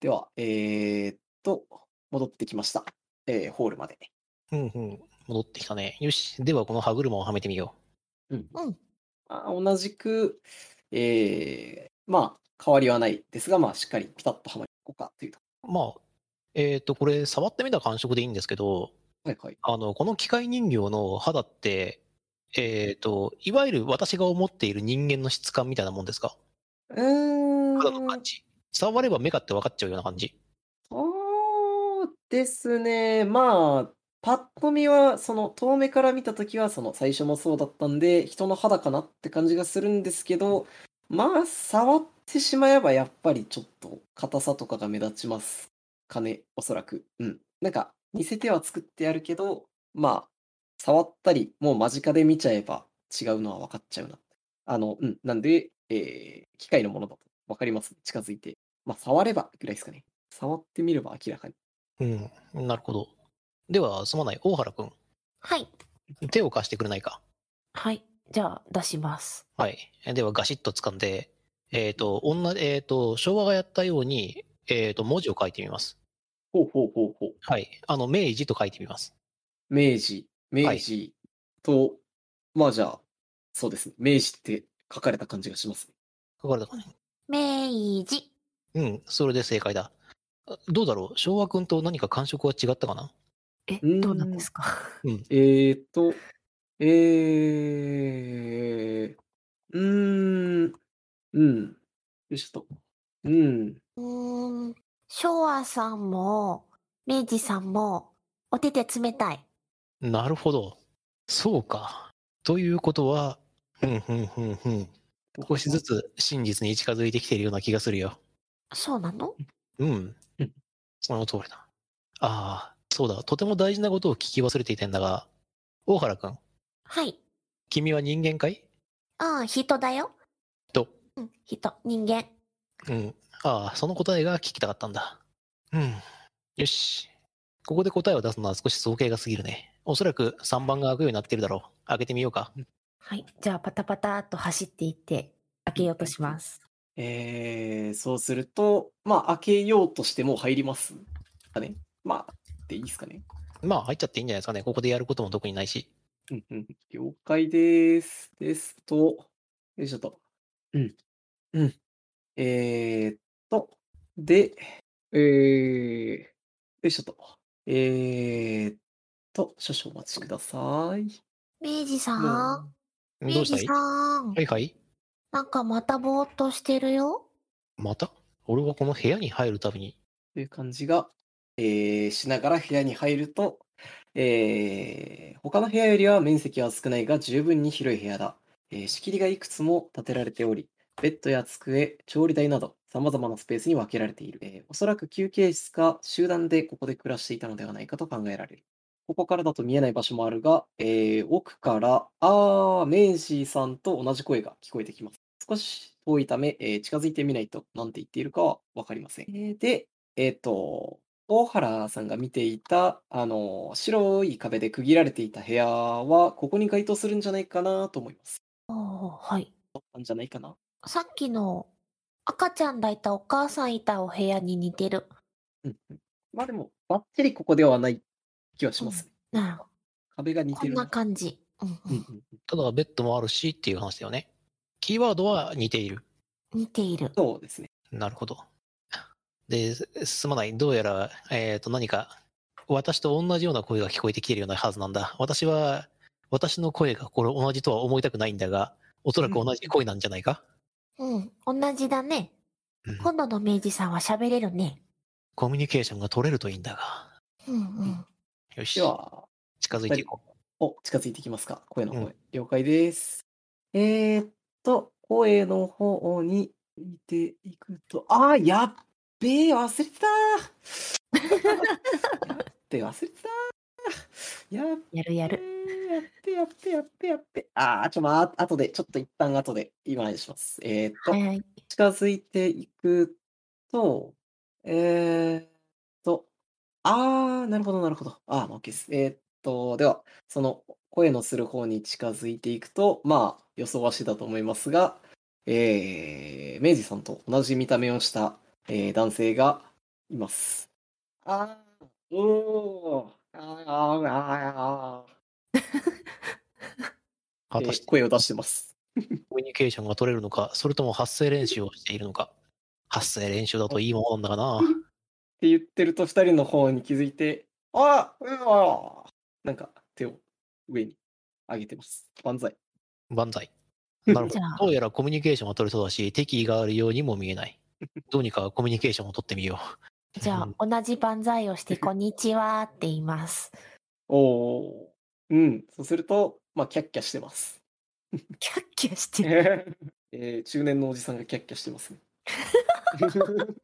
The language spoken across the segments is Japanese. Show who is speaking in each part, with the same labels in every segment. Speaker 1: では、えー、っと、戻ってきました。えー、ホールまで。
Speaker 2: うんうん。戻ってきたね。よし。では、この歯車をはめてみよ
Speaker 1: うん。
Speaker 3: うん
Speaker 1: まあ、同じく、えー、まあ、変わりはないですが、まあ、しっかりピタッとはまりこうかというと。
Speaker 2: う。まあ、えっ、と、これ、触ってみた感触でいいんですけど、
Speaker 1: はいはい。
Speaker 2: あの、この機械人形の肌って、えっ、と、いわゆる私が思っている人間の質感みたいなもんですか
Speaker 1: うーん。
Speaker 2: 肌の感じ。触れば目がって分かっちゃうような感じ。
Speaker 1: そうですね。まあ、パッと見は、その遠目から見たときは、その最初もそうだったんで、人の肌かなって感じがするんですけど、まあ、触ってしまえば、やっぱりちょっと硬さとかが目立ちますかね、おそらく。うん。なんか、似せては作ってあるけど、まあ、触ったり、もう間近で見ちゃえば違うのは分かっちゃうな。あの、うん。なんで、えー機械のものだと分かります。近づいて。まあ、触ればぐらいですかね。触ってみれば明らかに。
Speaker 2: うん。なるほど。では、すまない。大原くん。
Speaker 3: はい。
Speaker 2: 手を貸してくれないか。
Speaker 3: はい。じゃあ、出します。
Speaker 2: はい。では、ガシッと掴んで、えっ、と、女、えっ、と、昭和がやったように、えっ、と、文字を書いてみます。
Speaker 1: ほうほうほうほう。
Speaker 2: はい。あの、明治と書いてみます。
Speaker 1: 明治、
Speaker 2: は
Speaker 1: 明
Speaker 2: い
Speaker 1: 治と、まあじゃあ、そうですね。明治って書かれた感じがしますね。
Speaker 2: 書かれたかね。
Speaker 3: 明治。
Speaker 2: うん。それで正解だ。あどうだろう昭和くんと何か感触は違ったかな
Speaker 3: え、
Speaker 1: うん
Speaker 3: どうなんですか
Speaker 2: うん。
Speaker 1: えーと、えー、うーん、うん。よいしょっと。うん。
Speaker 3: うーん。昭和さんも、明治さんも、お手手冷たい。
Speaker 2: なるほど。そうか。ということは、ふんふんふんふん。少しずつ真実に近づいてきているような気がするよ。
Speaker 3: そうなの
Speaker 2: うん
Speaker 1: うん。
Speaker 2: その通りだ。ああ、そうだ。とても大事なことを聞き忘れていたんだが、大原くん、
Speaker 3: はい。
Speaker 2: 君は人間かい
Speaker 3: うん、人だよ。
Speaker 2: 人。
Speaker 3: うん、人、人間。
Speaker 2: うん。ああ、その答えが聞きたかったんだ。うん。よし。ここで答えを出すのは少し造形が過ぎるね。おそらく3番が開くようになってるだろう。開けてみようか。
Speaker 3: はい。じゃあ、パタパタっと走っていって、開けようとします。
Speaker 1: えー、そうすると、まあ開けようとしても入りますかね。まあ、でいいですかね。
Speaker 2: まあ、入っちゃっていいんじゃないですかね。ここでやることも特にないし。
Speaker 1: うんうん了解です。ですと、よいしょと。うん。うん。えーっと、で、えー、よいしょと。えーっと、少々お待ちください。
Speaker 3: 明治さ
Speaker 1: も
Speaker 3: ん。
Speaker 2: ど
Speaker 3: 明
Speaker 2: うした
Speaker 3: 治
Speaker 2: い
Speaker 3: さん
Speaker 2: は。いはい。
Speaker 3: なんかまたぼーっとしてるよ。
Speaker 2: また俺はこの部屋に入るたびに。
Speaker 1: という感じが、えーしながら部屋に入ると、えー他の部屋よりは面積は少ないが十分に広い部屋だ。えー仕切りがいくつも建てられており、ベッドや机、調理台など、様々なスペースに分けられている、えーおそらく休憩室か集団でここで暮らしていたのではないかと考えられる。ここからだと見えない場所もあるが、えー奥から、あー、メイジーさんと同じ声が聞こえてきます。少し遠いため、えー近づいてみないと何て言っているかは分かりません。えーで、えっ、と、大原さんが見ていた、あの、白い壁で区切られていた部屋は、ここに該当するんじゃないかなと思います。
Speaker 3: ああ、はい。
Speaker 1: なんじゃないかな。
Speaker 3: さっきの赤ちゃん抱いたお母さんいたお部屋に似てる。
Speaker 1: うんうん。まあでも、ばっちりここではない気はしますね。
Speaker 3: うん、
Speaker 1: 壁が似
Speaker 3: こ
Speaker 1: て
Speaker 3: ん
Speaker 1: る
Speaker 3: な
Speaker 1: な。
Speaker 3: 感じ。うんう
Speaker 1: うんう
Speaker 3: ん、
Speaker 1: んうん
Speaker 2: ただベッドもあるしっていう話だよね。キーワードは似ている。
Speaker 3: 似ている。
Speaker 1: そうですね。
Speaker 2: なるほど。 で、すまない。どうやら、えっ、と、何か、私と同じような声が聞こえてきているようなはずなんだ。私は、私の声がこれ同じとは思いたくないんだが、おそらく同じ声なんじゃないか、
Speaker 3: うん、同じだね。
Speaker 2: うん
Speaker 3: 今度の明治さんは喋れるね。
Speaker 2: コミュニケーションが取れるといいんだが。
Speaker 3: うんうん。
Speaker 2: よし
Speaker 1: で。は、
Speaker 2: 近づいていこう。
Speaker 1: お、近づいてきますか。声の方へ。
Speaker 2: うん
Speaker 1: 了解です。えーっと、声の方に見ていくと、あー、やっべえ、忘れてたーやっべ、忘れてたーやっ
Speaker 3: やるや
Speaker 1: べ
Speaker 3: る。
Speaker 1: え、やっべ、やっべ、やっべ、やっべ。あー、ちょ、まあ、後で、ちょっと一旦後で、今にします。えーっと、
Speaker 3: はい。
Speaker 1: 近づいていくと、えーっと、あー、なるほど、なるほど。あー、まあ OK です。えーっと、では、その声のする方に近づいていくと、まあ、予想はしてたと思いますが、えー、明治さんと同じ見た目をした、えー男性が、います。ああ、おーあーあー、あーあー、
Speaker 2: 果
Speaker 1: で
Speaker 2: たして
Speaker 1: 声を出してます。
Speaker 2: コミュニケーションが取れるのか、それとも発声練習をしているのか。発声練習だといいものなんだがな。
Speaker 1: って言ってると、二人の方に気づいて、ああ、うわーなんか手を上に上げてます。万歳。
Speaker 2: 万歳。なるほ
Speaker 3: じ
Speaker 2: ど
Speaker 3: ゃあ。
Speaker 2: どうやらコミュニケーションは取れそうだし、敵意があるようにも見 えない。どうにかコミュニケーションを取ってみよう。
Speaker 3: じゃあ、同じ万歳をして、こんにちはって言います。
Speaker 1: おおー。うん。そうすると、まあ、キャッキャしてます。
Speaker 3: キャッキャしてる。
Speaker 1: えー中年のおじさんがキャッキャしてますね。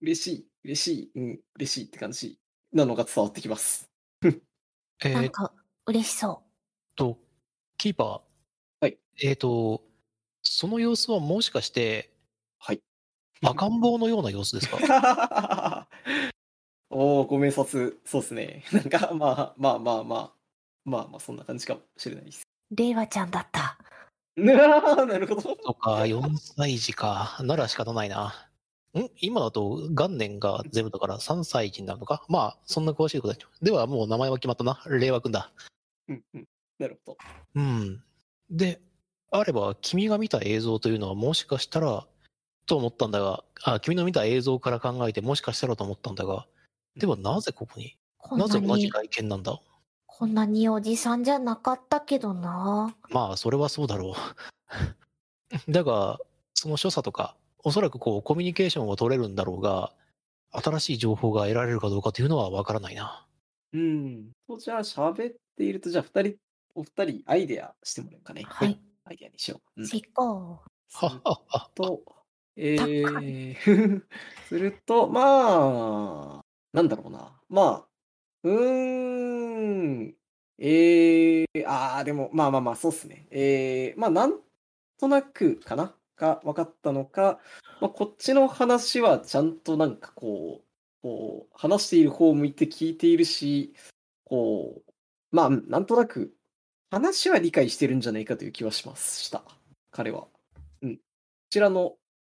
Speaker 1: 嬉しい、嬉しい、うん、嬉しいって感じなのが伝わってきます。
Speaker 2: え
Speaker 3: な
Speaker 2: ー
Speaker 3: ん
Speaker 2: っ
Speaker 3: か、嬉しそ
Speaker 2: と、キーパー。
Speaker 1: はい。
Speaker 2: えーっと、その様子はもしかして、
Speaker 1: はい。
Speaker 2: 赤ん坊のような様子ですか
Speaker 1: おお、ご明察、そうですね。なんか、まあまあまあまあ、まあまあ、そんな感じかもしれないです。
Speaker 3: う。令和ちゃんだった。
Speaker 1: なあなるほど。
Speaker 2: とか、4歳児か。なら仕方ないな。ん今だと元年がゼロだから3歳児になるのかまあ、そんな詳しいことだでは、もう名前は決まったな。令和くんだ。
Speaker 1: うんうんなるほど。
Speaker 2: うん。で、あれば、君が見た映像というのはもしかしたら、と思ったんだが、あ、君の見た映像から考えてもしかしたらと思ったんだが、ではなぜここに
Speaker 3: こん
Speaker 2: な
Speaker 3: な
Speaker 2: ぜ同じ
Speaker 3: に、
Speaker 2: 外見なんだ
Speaker 3: こんなにおじさんじゃなかったけどな。
Speaker 2: まあ、それはそうだろう。 だが、その所作とか、おそらくこう、コミュニケーションを取れるんだろうが、新しい情報が得られるかどうかというのはわからないな。
Speaker 1: うん。とじゃあ、喋っていると、じゃあ、二人、お二人、アイデアしてもらおうかね。
Speaker 3: はい。
Speaker 1: アイデアにしよう。うん
Speaker 3: せっこ
Speaker 2: はっはっは。
Speaker 1: と、えー、 すると、まあ、なんだろうな。まあ、うーん、えー、あー、でも、まあまあまあ、そうっすね。えー、まあ、なんとなくかなが分かったのか、まあ、こっちの話はちゃんとなんかこう、こう、話している方を向いて聞いているし、こう、まあ、うんなんとなく、話は理解してるんじゃないかという気はしました。彼は。うん。こちらの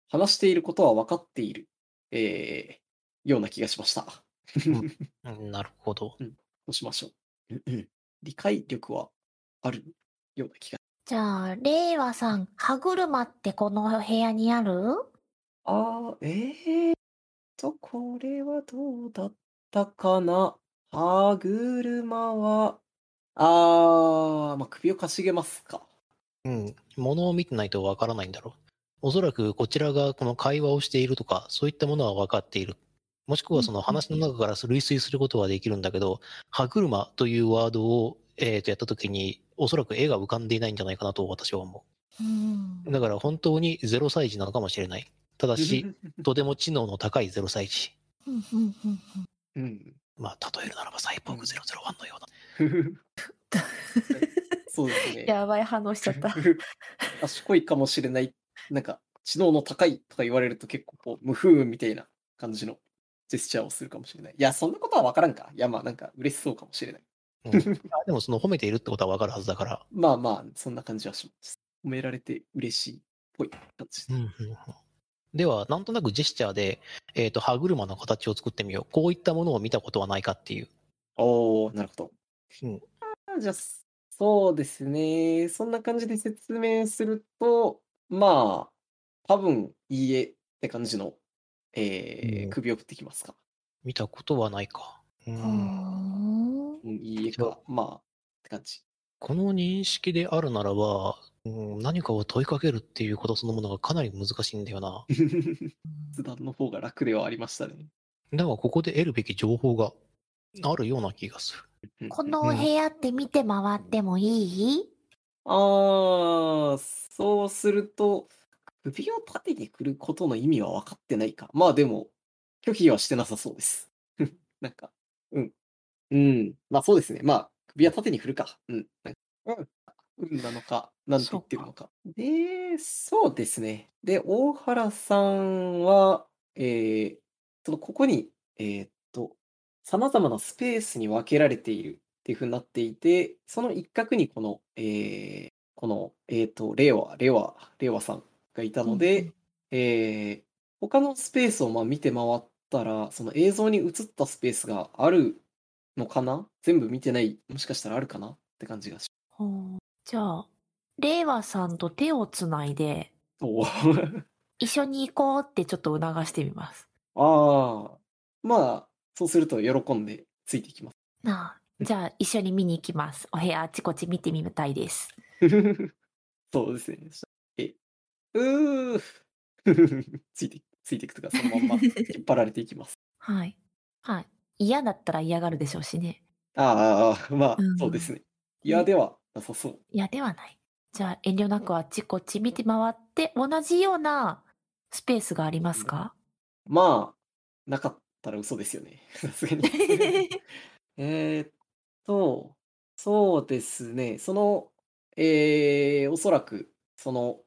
Speaker 1: 話していることは分かっている、えー、ような気がしました。
Speaker 2: んうんなるほど。
Speaker 1: どうしましょう。理解力はあるような気が。
Speaker 3: じゃあ、令和さん、歯車ってこの部屋にある
Speaker 1: ああ、えーっと、これはどうだったかな。歯車は、ああ、まあ、首をかしげますか。
Speaker 2: うん、物を見てないとわからないんだろう。おそらくこちらがこの会話をしているとか、そういったものは分かっている。もしくはその話の中から類推することはできるんだけど、歯車というワードを、えーとやった時に、おそらく絵が浮かんでいないんじゃないかなと私は思
Speaker 3: うん
Speaker 2: う。だから本当に0歳児なのかもしれない。た だし、とても知能の高い0歳児。
Speaker 3: うんうんうん
Speaker 1: うん。
Speaker 2: まあ、例えるならばサイボーグ001のような。
Speaker 1: そうですね。
Speaker 3: やばい反応しちゃった。
Speaker 1: 賢いかもしれない、なんか、知能の高いとか言われると結構こう、無風みたいな感じのジェスチャーをするかもしれない。いや、そんなことは分からんか。いや、まあなんか、嬉しそうかもしれない。
Speaker 2: うんあでもその褒めているってことは分かるはずだから、
Speaker 1: まあまあ、そんな感じはします。褒められて嬉しいっぽい感じ。
Speaker 2: うんうんうんでは、なんとなくジェスチャーで、えーと歯車の形を作ってみよう。こういったものを見たことはないかっていう。
Speaker 1: おおなるほど。
Speaker 2: うん
Speaker 1: あじゃあ、そうですね。そんな感じで説明すると、まあ、多分、いいえって感じの、えー
Speaker 2: うん
Speaker 1: 首を振ってきますか。
Speaker 2: 見たことはないか。う、
Speaker 3: うんん
Speaker 1: うん、いいえ
Speaker 2: じゃあ
Speaker 1: か。まあ、って感 じ。
Speaker 2: この認識であるならば、うん、何かを問いかけるっていうことそのものがかなり難しいんだよ な。
Speaker 1: 雑談の方が楽ではありましたね。
Speaker 2: だが、ここで得るべき情報があるような気がする。
Speaker 1: うん
Speaker 3: このお部屋って見て回ってもいい
Speaker 1: ああ、そうすると、首を縦に振ることの意味は分かってないか。まあでも、拒否はしてなさそうです。なんか、うん。うん。まあそうですね。まあ、首は縦に振るか。うん。なんかうん。うんなのか、なんて言ってるのか。で、そうですね。で、大原さんは、えー、その、ここに、えーっと、様々なスペースに分けられているっていう風になっていて、その一角にこの、えーこの、えーと、令和、令和、令和さんがいたので、
Speaker 3: うんうん
Speaker 1: えー他のスペースをまあ見て回ったら、その映像に映ったスペースがあるのかな全部見てない、もしかしたらあるかなって感じがし
Speaker 3: ほうじゃあ、令和さんと手をつないで、
Speaker 1: おー
Speaker 3: 一緒に行こうってちょっと促してみます。
Speaker 1: ああ、まあ、そうすると喜んでついていきます。
Speaker 3: なあ、じゃあ一緒に見に行きます。お部屋あちこち見てみたいです。
Speaker 1: そうですね。え、うー ついて、ついていくとか、その まんま引っ張られていきます。
Speaker 3: はい。はい。嫌だったら嫌がるでしょうしね。
Speaker 1: あーあー、まあ
Speaker 3: うん、
Speaker 1: そうですね。いや、ではなさそう。
Speaker 3: 嫌ではない。じゃあ遠慮なくあちこち見て回って、同じようなスペースがありますか、
Speaker 1: まあ、なかったら嘘ですよね。 さすがに。えーっと、そうですね、その、えーおそらく、その、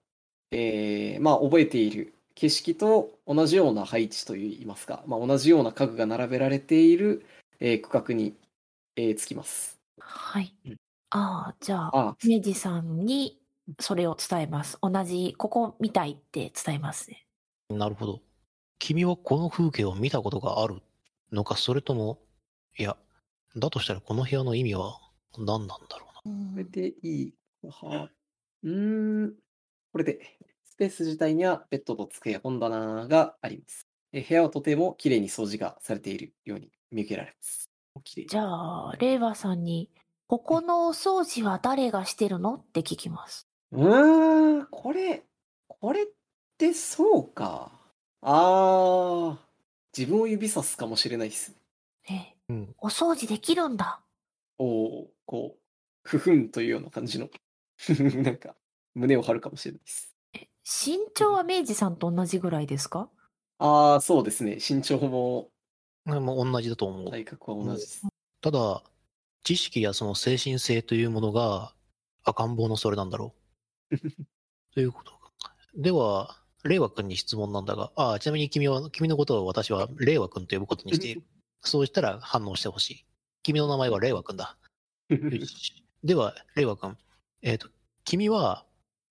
Speaker 1: えーまあ、覚えている景色と同じような配置といいますか、まあ、同じような家具が並べられている、えー区画に、えーつきます。
Speaker 3: はい
Speaker 1: うん。
Speaker 3: ああ、じゃあ、
Speaker 1: あ、
Speaker 3: 明治さんにそれを伝えます。同じ、ここ見たいって伝えますね。
Speaker 2: なるほど。君はこの風景を見たことがあるのか、それとも、いや、だとしたらこの部屋の意味は何なんだろうな。
Speaker 1: これでいいはうーん、これで、スペース自体にはベッドと机、本棚があります。えー部屋はとても綺麗に掃除がされているように見受けられます。綺麗
Speaker 3: じゃあ、レイバーさんに、ここのお掃除は誰がしてるのって聞きます。
Speaker 1: うーん、これ、これってそうか。あー、自分を指さすかもしれないですね。
Speaker 3: ね、
Speaker 2: うん。
Speaker 3: お掃除できるんだ。
Speaker 1: おー、こう、ふふんというような感じの、 ふふんなんか、胸を張るかもしれないです。
Speaker 3: 身長は明治さんと同じぐらいですか
Speaker 1: あー、そうですね。身長も
Speaker 2: もう同じだと思う。
Speaker 1: 体格は同じです。
Speaker 2: ただ、知識やその精神性というものが赤ん坊のそれなんだろう。ということか。では、令和君に質問なんだが、ああ、ちなみに君は、君のことを私は令和君と呼ぶことにしてい る。そうしたら反応してほしい。君の名前は令和君だ。よしでは、令和君。えっ、と、君は、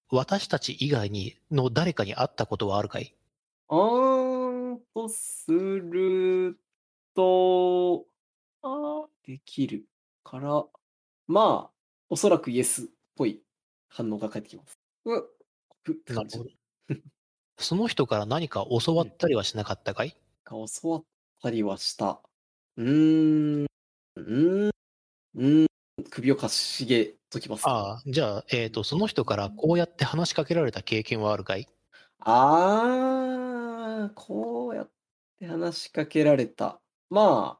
Speaker 2: 私たち以外に、の誰かに会ったことはあるかい
Speaker 1: あーんとすると、あーできるから、まあ、おそらくイエスっぽい反応が返ってきます。うわふって感じ
Speaker 2: なる その人から何か教わったりはしなかったかい
Speaker 1: か教わったりはした。うーん、うーん、うーん、首をかしげときます。あ
Speaker 2: ああ、じゃあ、えっ、と、その人からこうやって話しかけられた経験はあるかい
Speaker 1: あー、こうやって話しかけられた。まあ、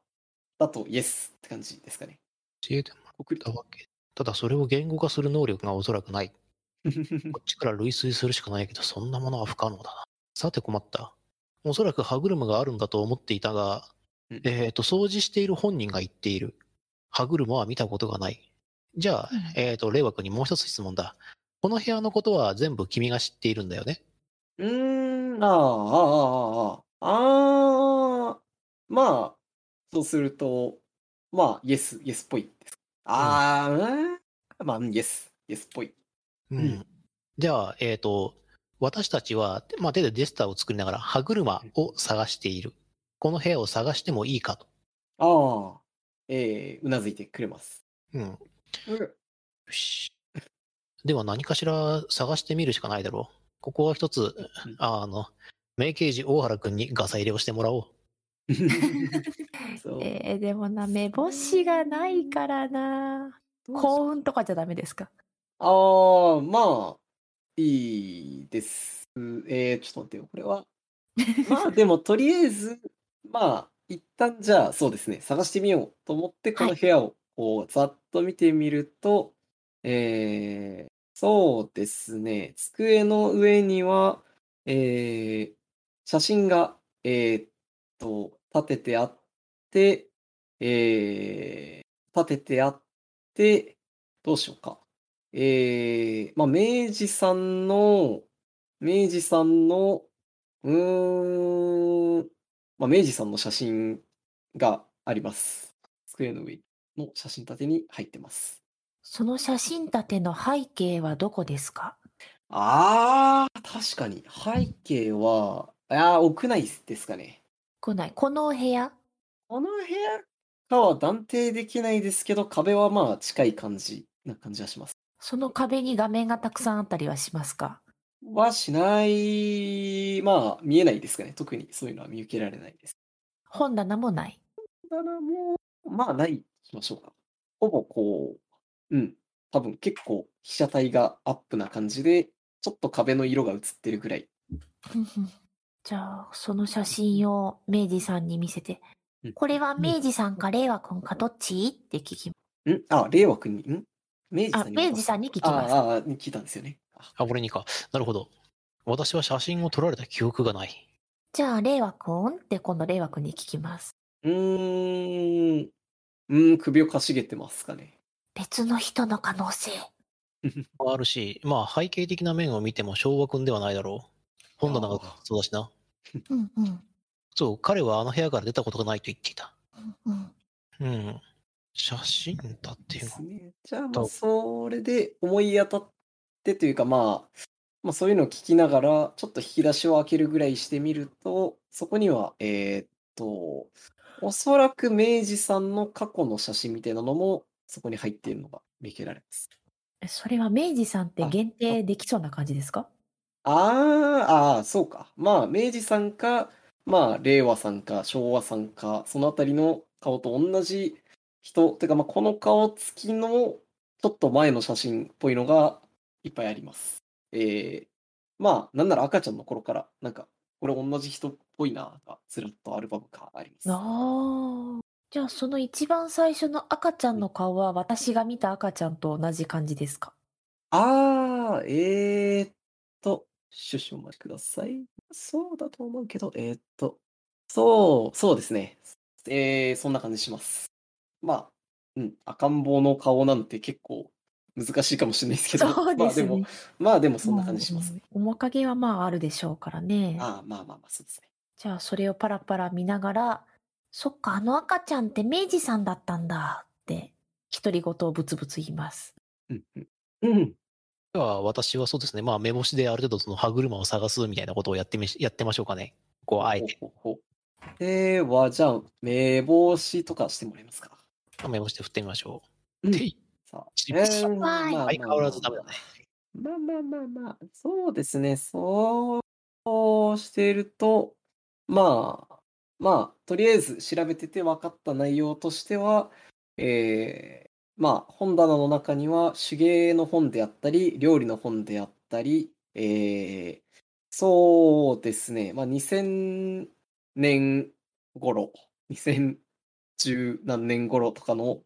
Speaker 1: だとイエスって感じですかね。
Speaker 2: 教えてもら
Speaker 1: 送
Speaker 2: ったわけ。ただ、それを言語化する能力がおそらくない。こっちから類推するしかないけど、そんなものは不可能だな。さて困った。おそらく歯車があるんだと思っていたが、
Speaker 1: うん
Speaker 2: えっ、と、掃除している本人が言っている。歯車は見たことがない。じゃあ、えっ、と、令和君にもう一つ質問だ。この部屋のことは全部君が知っているんだよね。
Speaker 1: うーん、ああ、ああ、ああ、ああ、まあ、そうすると、まあ、イエス、イエスっぽいです。ああ、うんまあ、イエス、イエスっぽい。
Speaker 2: うんん。じゃあ、えっ、と、私たちは、まあ、手でデスターを作りながら歯車を探している。この部屋を探してもいいかと。
Speaker 1: ああ、ええうなずいてくれます。
Speaker 2: うん。よ
Speaker 1: うん
Speaker 2: し。では何かしら探してみるしかないだろう。ここは一つ
Speaker 1: うん、
Speaker 2: あの、名刑事大原くんにガサ入れをしてもらおう。
Speaker 1: そう
Speaker 3: えー、でもな、目星がないからな。幸運とかじゃダメですか
Speaker 1: ああ、まあ、いいです。えー、ちょっと待ってよ、これは。 まあ、 でも、とりあえず、まあ、一旦じゃあ、そうですね、探してみようと思って、この
Speaker 3: はい
Speaker 1: 部屋をこうざっと見てみると、えー、そうですね、机の上には、えー、写真が、えーっと、立ててあって、えー、立ててあって、どうしようか。えー、まあ、明治さんの、明治さんの、うーん、まあ、明治さんの写真があります。机の上の写真立てに入ってます。
Speaker 3: その写真立ての背景はどこですか
Speaker 1: あー、確かに。背景は、あー、屋内ですかね。
Speaker 3: 来ない。このお部屋
Speaker 1: この部屋かは断定できないですけど、壁はまあ近い感じな感じはします。
Speaker 3: その壁に画面がたくさんあったりはしますか
Speaker 1: はしない、まあ見えないですかね。特にそういうのは見受けられないです。
Speaker 3: 本棚もない。
Speaker 1: だらもう、まあないとしましょうか。ほぼこう、うん、多分結構被写体がアップな感じで、ちょっと壁の色が映ってるぐらい。
Speaker 3: じゃあ、その写真を明治さんに見せて
Speaker 1: うん、
Speaker 3: これは明治さんか令和くんかどっちって聞き、
Speaker 1: んあ、令和君に、ん明治さ
Speaker 3: あ、
Speaker 1: んに
Speaker 3: 明治さんに聞き
Speaker 1: あ
Speaker 3: ます。
Speaker 1: ああ、に聞いたんですよね。あ
Speaker 2: あ、俺にか。なるほど。私は写真を撮られた記憶がない。
Speaker 3: じゃあ、令和くんって今度令和くんに聞きます。
Speaker 1: うーん、うーん、首をかしげてますかね。
Speaker 3: 別の人の可能性。
Speaker 2: あるし、まあ背景的な面を見ても昭和君ではないだろう。本棚がそうだしな。
Speaker 3: うんうん。
Speaker 2: そう、彼はあの部屋から出たことがないと言っていた。
Speaker 3: うんうん
Speaker 2: うん。写真だっていう
Speaker 1: で
Speaker 2: の
Speaker 1: すね。じゃあ、ま
Speaker 2: と
Speaker 1: あ、それで思い当たってというか、まあ、まあ、そういうのを聞きながら、ちょっと引き出しを開けるぐらいしてみると、そこには、えーっと、おそらく明治さんの過去の写真みたいなのも、そこに入っているのが見受けられます。
Speaker 3: えそれは明治さんって限定できそうな感じですか
Speaker 1: あーあー、そうか。まあ、明治さんか、まあ、令和さんか、昭和さんか、そのあたりの顔と同じ人、てか、まあ、この顔つきの、ちょっと前の写真っぽいのがいっぱいあります。えー、まあ、なんなら赤ちゃんの頃から、なんか、これ同じ人っぽいな、が、ずらっとアルバムがあります。
Speaker 3: ああ。じゃあ、その一番最初の赤ちゃんの顔は私が見た赤ちゃんと同じ感じですか
Speaker 1: ああ、えーっと、少々お待ちください。そうだと思うけど、えーっと、そう、そうですね。えー、そんな感じします。まあ、うん、赤ん坊の顔なんて結構難しいかもしれないですけど、
Speaker 3: そう
Speaker 1: ま
Speaker 3: で
Speaker 1: あですも
Speaker 3: ね、。
Speaker 1: まあでもそんな感じしますね。
Speaker 3: うん。面影はまああるでしょうからね。
Speaker 1: ああ、まあまあまあ、そうですね。
Speaker 3: じゃあ、それをパラパラ見ながら、そっか、あの赤ちゃんって明治さんだったんだって、独り言をぶつぶつ言います。
Speaker 1: うん、うん。うん、
Speaker 2: では私はそうですね、まあ、目星である程度その歯車を探すみたいなことをやってみしやってましょうかね。こう、あえて。
Speaker 1: ほうほうほうでは、じゃあ、目星とかしてもらえますか。
Speaker 2: 目星で振ってみましょ
Speaker 1: う
Speaker 2: う。
Speaker 1: ん
Speaker 2: てい
Speaker 1: さあ、
Speaker 2: 失敗
Speaker 1: ーまあまあ
Speaker 2: 相変わらずダメだね。
Speaker 1: まあまあまあまあ、そうですね、そうしていると、まあ、まあ、とりあえず調べてて分かった内容としては、えーまあ、本棚の中には手芸の本であったり、料理の本であったり、えーそうですね、まあ、2000年頃、2010何年頃とかのっ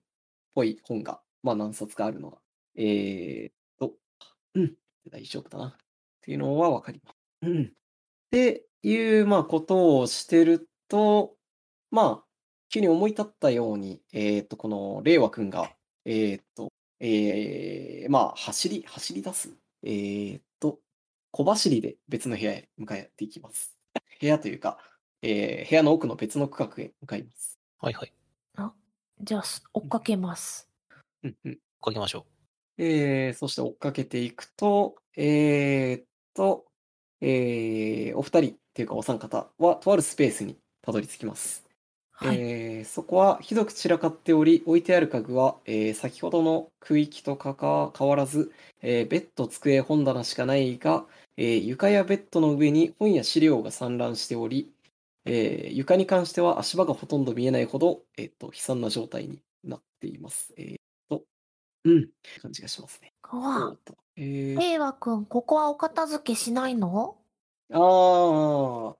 Speaker 1: ぽい本が、まあ、何冊かあるのが、えー、大丈夫だなっていうのは分かります。うん、っていう、まあ、ことをしてると、まあ、急に思い立ったように、えっ、と、この令和くんが、えっ、と、えーまあ、走り、走り出す。えっ、と、小走りで別の部屋へ向かっていきます。部屋というか、えー部屋の奥の別の区画へ向かいます。
Speaker 2: はいはい。
Speaker 3: じゃあ、す追っかけます。
Speaker 1: うんうん
Speaker 2: かけましょ
Speaker 1: えーそして追っかけていくと、えーっと、えーお二人というかお三方はとあるスペースにたどり着きます。
Speaker 3: はい。
Speaker 1: えーそこはひどく散らかっており、置いてある家具は、えー先ほどの区域とかか変わらず、えーベッド、机、本棚しかないが、えー床やベッドの上に本や資料が散乱しており、えー床に関しては足場がほとんど見えないほど、えーっと、悲惨な状態になっています。えーっと、うん、感じがしますね。
Speaker 3: うわ
Speaker 1: そうとえー
Speaker 3: 令和くん、ここはお片付けしないの
Speaker 1: ああ。っ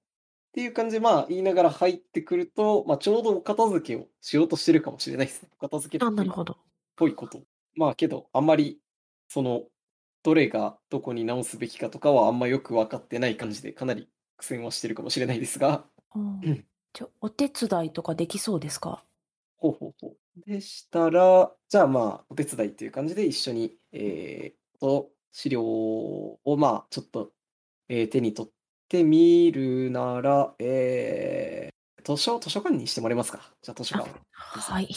Speaker 1: ていう感じで、まあ、言いながら入ってくると、まあ、ちょうどお片付けをしようとしてるかもしれないですね。お片付け
Speaker 3: あ、
Speaker 1: っぽ
Speaker 3: ないる
Speaker 1: っ
Speaker 3: ほど。
Speaker 1: ぽいこと。まあ、けど、あんまり、その、どれがどこに直すべきかとかは、あんまよく分かってない感じで、かなり苦戦はしてるかもしれないですが、
Speaker 3: うん
Speaker 1: うん
Speaker 3: じゃあお手伝いとかできそうですか
Speaker 1: ほうほうほう。でしたら、じゃあまあ、お手伝いという感じで一緒に、えー、と、資料をまあ、ちょっと、えー手に取ってみるなら、えー、図書、図書館にしてもらえますか。じゃあ図書館を。
Speaker 3: はい。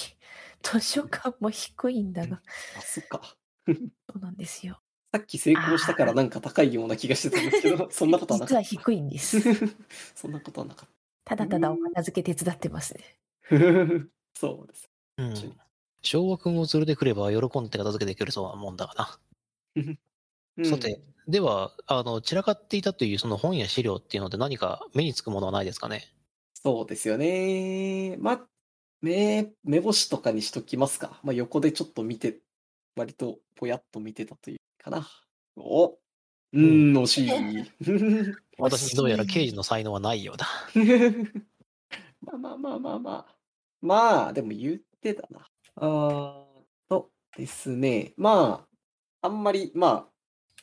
Speaker 3: 図書館も低いんだが、
Speaker 1: あ、そっか。
Speaker 3: そうなんですよ。
Speaker 1: さっき成功したからなんか高いような気がしてたんですけど、そんなことはな
Speaker 3: 実
Speaker 1: か
Speaker 3: は
Speaker 1: った。
Speaker 3: 低いんです。
Speaker 1: そんなことはなかっ
Speaker 3: ただただお片付け手伝ってますね。
Speaker 1: そうです。
Speaker 2: う
Speaker 1: 確かに
Speaker 2: ん。昭和君を連れてくれば喜んで片付けてくれそうなもんだがな。
Speaker 1: うん
Speaker 2: さて、では、あの、散らかっていたというその本や資料っていうので何か目につくものはないですかね
Speaker 1: そうですよね。まあ、目、目星とかにしときますか。まあ、横でちょっと見て、割とぽやっと見てたというかな。おうーん、惜しい。
Speaker 2: 私にどうやら刑事の才能はないようだ。
Speaker 1: まあまあまあまあまあ。まあ、でも言ってたな。あーとですね。まあ、あんまり、まあ、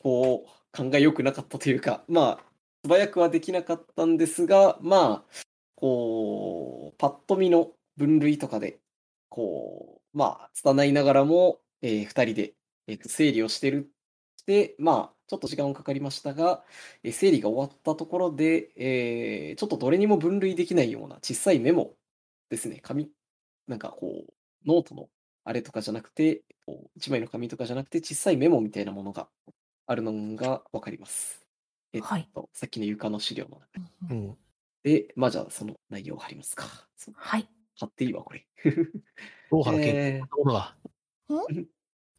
Speaker 1: こう、考え良くなかったというか、まあ、素早くはできなかったんですが、まあ、こう、パッと見の分類とかで、こう、まあ、拙いながらも、えー、2人で、えーと整理をしてる。で、まあ、ちょっと時間はかかりましたが、えー整理が終わったところで、えーちょっとどれにも分類できないような小さいメモですね、紙、なんかこう、ノートのあれとかじゃなくて、こう1枚の紙とかじゃなくて、小さいメモみたいなものがあるのが分かります。えっと、
Speaker 3: はい
Speaker 1: さっきの床の資料の中
Speaker 2: う
Speaker 3: うん
Speaker 2: ん。
Speaker 1: で、まあじゃあその内容を貼りますか。そう
Speaker 3: はい。
Speaker 1: 貼っていいわ、これ。
Speaker 2: 大原健
Speaker 1: えー
Speaker 2: 吾のは
Speaker 1: ん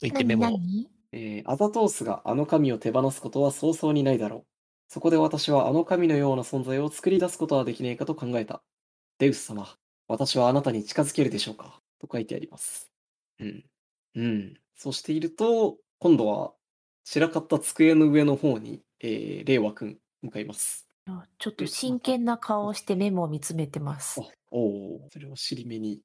Speaker 2: 言ってメモを。
Speaker 3: 何
Speaker 1: えーアザトースがあの神を手放すことはそうそうにないだろう。そこで私はあの神のような存在を作り出すことはできねえかと考えた。デウス様、私はあなたに近づけるでしょうかと書いてあります。うん。うん。そうしていると、今度は散らかった机の上の方に、えー、令和くん、向かいます。
Speaker 3: 何ちょっと真剣な顔をしてメモを見つめてます
Speaker 1: あ。、おおー、それを尻目に。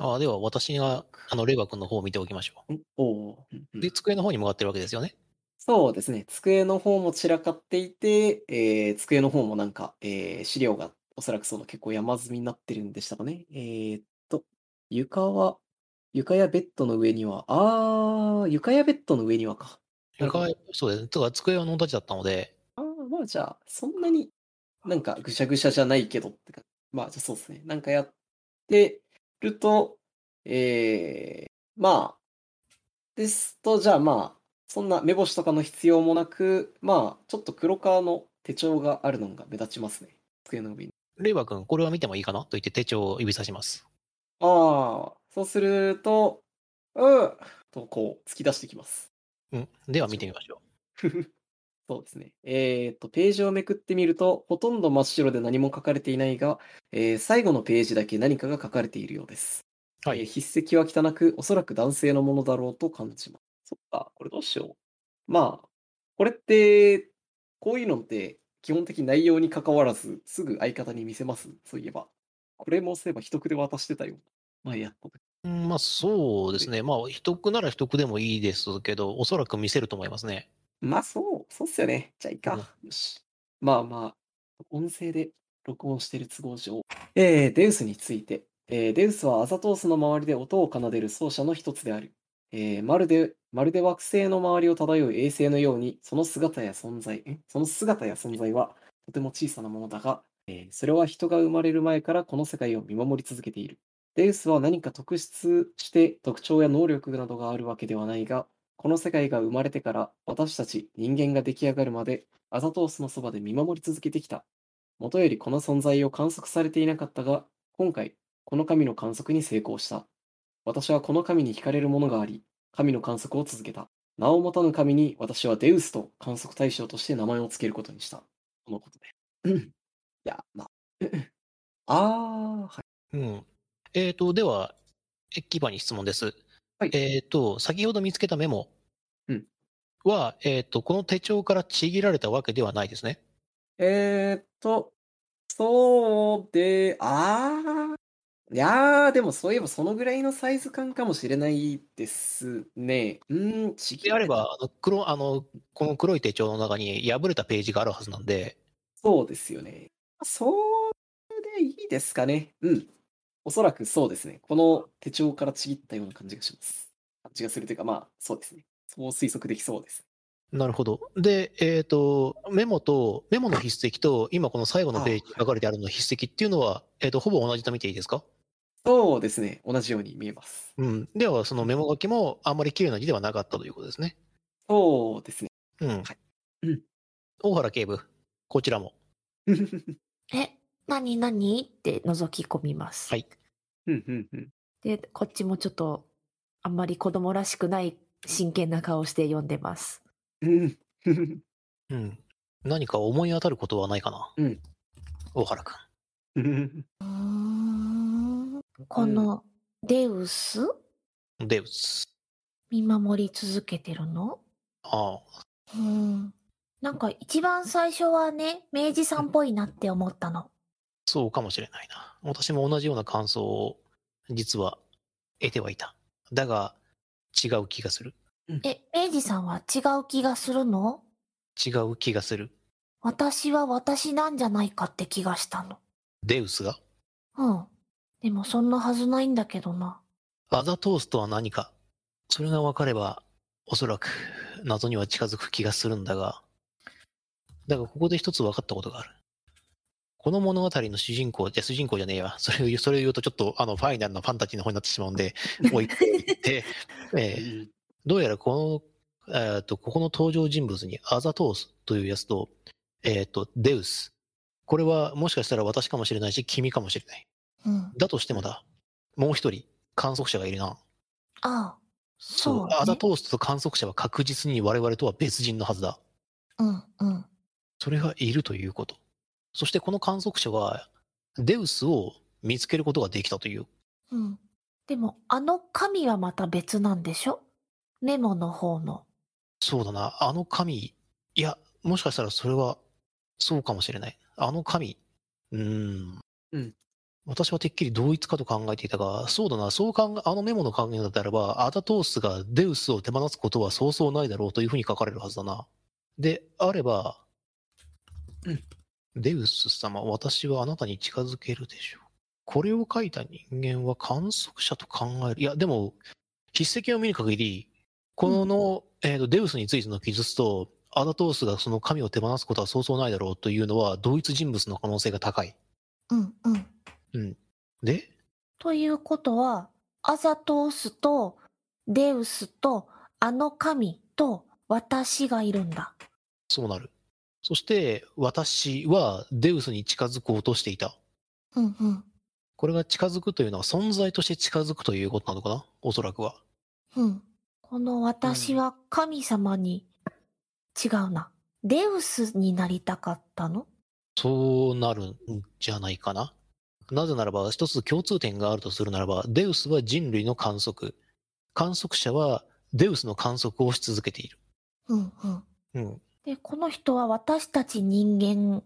Speaker 2: ああ、では私が、あの、レバ君の方を見ておきましょ
Speaker 1: んおおー、うんう
Speaker 2: う。
Speaker 1: ん
Speaker 2: で、机の方に向かってるわけですよね。
Speaker 1: そうですね。机の方も散らかっていて、えー机の方もなんか、えー資料がおそらくその結構山積みになってるんでしたかね。えーっと、床は、床やベッドの上には、あー、床やベッドの上にはか。なるほど
Speaker 2: 床そうです。とか、机はノンタッチだったので、
Speaker 1: あー、まあじゃあ、そんなになんかぐしゃぐしゃじゃないけどってか、まあじゃあそうですね。なんかやってると、えー、まあ、ですと、じゃあまあ、そんな目星とかの必要もなく、まあ、ちょっと黒革の手帳があるのが目立ちますね。机の上に。
Speaker 2: レバ君、これは見てもいいかなと言って手帳を指さします。
Speaker 1: ああ、そうすると、うん、とこう突き出してきます。
Speaker 2: うん。では見てみましょ
Speaker 1: そうですね。えーっと、ページをめくってみると、ほとんど真っ白で何も書かれていないが、えー最後のページだけ何かが書かれているようです。
Speaker 2: う。は
Speaker 1: えー
Speaker 2: い。
Speaker 1: 筆跡は汚く、おそらく男性のものだろうと感じます。そっか、これどうしよう。まあ、これって、こういうのって、基本的に内容に関わらず、すぐ相方に見せます。そういえば。これもそういえば、秘匿で渡してたよ。前やった時。
Speaker 2: うんまあ、そうですね。まあ、一句なら一句でもいいですけど、おそらく見せると思いますね。
Speaker 1: まあそう、そうっすよね。じゃあいいか。よし。まあまあ、音声で録音してる都合上。えーデウスについて。えーデウスはアザトースの周りで音を奏でる奏者の一つである。えーまるで、まるで惑星の周りを漂う衛星のように、その姿や存在、んその姿や存在はとても小さなものだが、えーそれは人が生まれる前からこの世界を見守り続けている。デウスは何か特質して特徴や能力などがあるわけではないが、この世界が生まれてから私たち人間が出来上がるまでアザトースのそばで見守り続けてきた。もとよりこの存在を観測されていなかったが、今回この神の観測に成功した。私はこの神に惹かれるものがあり、神の観測を続けた。名を持たぬ神に私はデウスと観測対象として名前を付けることにした。このことで。 いや、まあ。 あー、はい。
Speaker 2: うん。えっ、と、では、えキバに質問です。
Speaker 1: はい
Speaker 2: えっ、と、先ほど見つけたメモ
Speaker 1: うん
Speaker 2: は、えっ、と、この手帳からちぎられたわけではないですね。
Speaker 1: えーっと、そうで、あー。いやー、でもそういえばそのぐらいのサイズ感かもしれないですね。うーん、ちぎ
Speaker 2: で
Speaker 1: ら
Speaker 2: あれ
Speaker 1: れた。
Speaker 2: ば、あの黒あのこの黒い手帳の中に破れたページがあるはずなんで、
Speaker 1: そうですよね。それでいいですかね。うん。おそらくそうですね。この手帳からちぎったような感じがします。感じがするというか、まあ、そうですね。そう推測できそうです。
Speaker 2: なるほど。で、えっ、と、メモと、メモの筆跡と、今この最後のページに書かれてあるのの筆跡っていうのは、えっ、と、ほぼ同じと見ていいですか
Speaker 1: そうですね。同じように見えます。
Speaker 2: うん。では、そのメモ書きもあんまり綺麗な字ではなかったということですね。
Speaker 1: そうですね。
Speaker 2: うん。
Speaker 1: はいうん
Speaker 2: 大原警部、こちらも。
Speaker 3: え、何何って覗き込みます。
Speaker 2: はい
Speaker 1: うんうんうん。
Speaker 3: で、こっちもちょっと、あんまり子供らしくない真剣な顔して読んでます。
Speaker 1: うんうん
Speaker 2: うん。何か思い当たることはないかな。
Speaker 1: うん。
Speaker 2: 大原くん。
Speaker 1: うん
Speaker 3: この、デウス
Speaker 2: デウス。
Speaker 3: 見守り続けてるの
Speaker 2: ああ。
Speaker 3: うん。なんか一番最初はね、明治さんっぽいなって思ったの。
Speaker 2: そうかもしれないな。私も同じような感想を、実は、得てはいた。だが、違う気がする。
Speaker 3: え、明治さんは違う気がするの
Speaker 2: 違う気がする。
Speaker 3: 私は私なんじゃないかって気がしたの。
Speaker 2: デウスが
Speaker 3: うん。でもそんなはずないんだけどな。
Speaker 2: アザトースとは何か。それが分かれば、おそらく、謎には近づく気がするんだが。だが、ここで一つ分かったことがある。この物語の主人公、じゃ、主人公じゃねえわ。それを言う、それを言うとちょっと、あの、ファイナルなファンタジーの方になってしまうんで、置いておいて、えーどうやらこの、えーと、ここの登場人物にアザトースというやつと、えっ、と、デウス。これはもしかしたら私かもしれないし、君かもしれない。
Speaker 3: うん。あ
Speaker 2: だとしてもだ、もう一人、観測者がいるな。
Speaker 3: あ。そう、ね。
Speaker 2: アザトースと観測者は確実に我々とは別人のはずだ。
Speaker 3: うんうん。
Speaker 2: それがいるということ。そしてこの観測者は、デウスを見つけることができたという。
Speaker 3: うん。でも、あの神はまた別なんでしょメモの方の。
Speaker 2: そうだな、あの神、いや、もしかしたらそれは、そうかもしれない。あの神、うーん。
Speaker 1: うん
Speaker 2: 私はてっきり同一かと考えていたが、そうだな、そう考え、あのメモの考えだったらば、アダトースがデウスを手放すことはそうそうないだろうというふうに書かれるはずだな。で、あれば、
Speaker 1: うん
Speaker 2: デウス様、私はあなたに近づけるでしょう。これを書いた人間は観測者と考える。いや、でも、筆跡を見る限り、この、えーとデウスについての記述と、アダトースがその神を手放すことはそうそうないだろうというのは、同一人物の可能性が高い。
Speaker 3: うんうん。
Speaker 2: で、
Speaker 3: ということは、アザトースとデウスとあの神と私がいるんだ。
Speaker 2: そうなる。そして、私はデウスに近づこうとしていた。
Speaker 3: うんうん。
Speaker 2: これが近づくというのは存在として近づくということなのかなおそらくは。
Speaker 3: うん。この私は神様に、違うな。デウスになりたかったの
Speaker 2: そうなるんじゃないかな。なぜならば、一つ共通点があるとするならば、デウスは人類の観測。観測者はデウスの観測をし続けている。
Speaker 3: うんうん。
Speaker 2: うん。
Speaker 3: で、この人は私たち人間。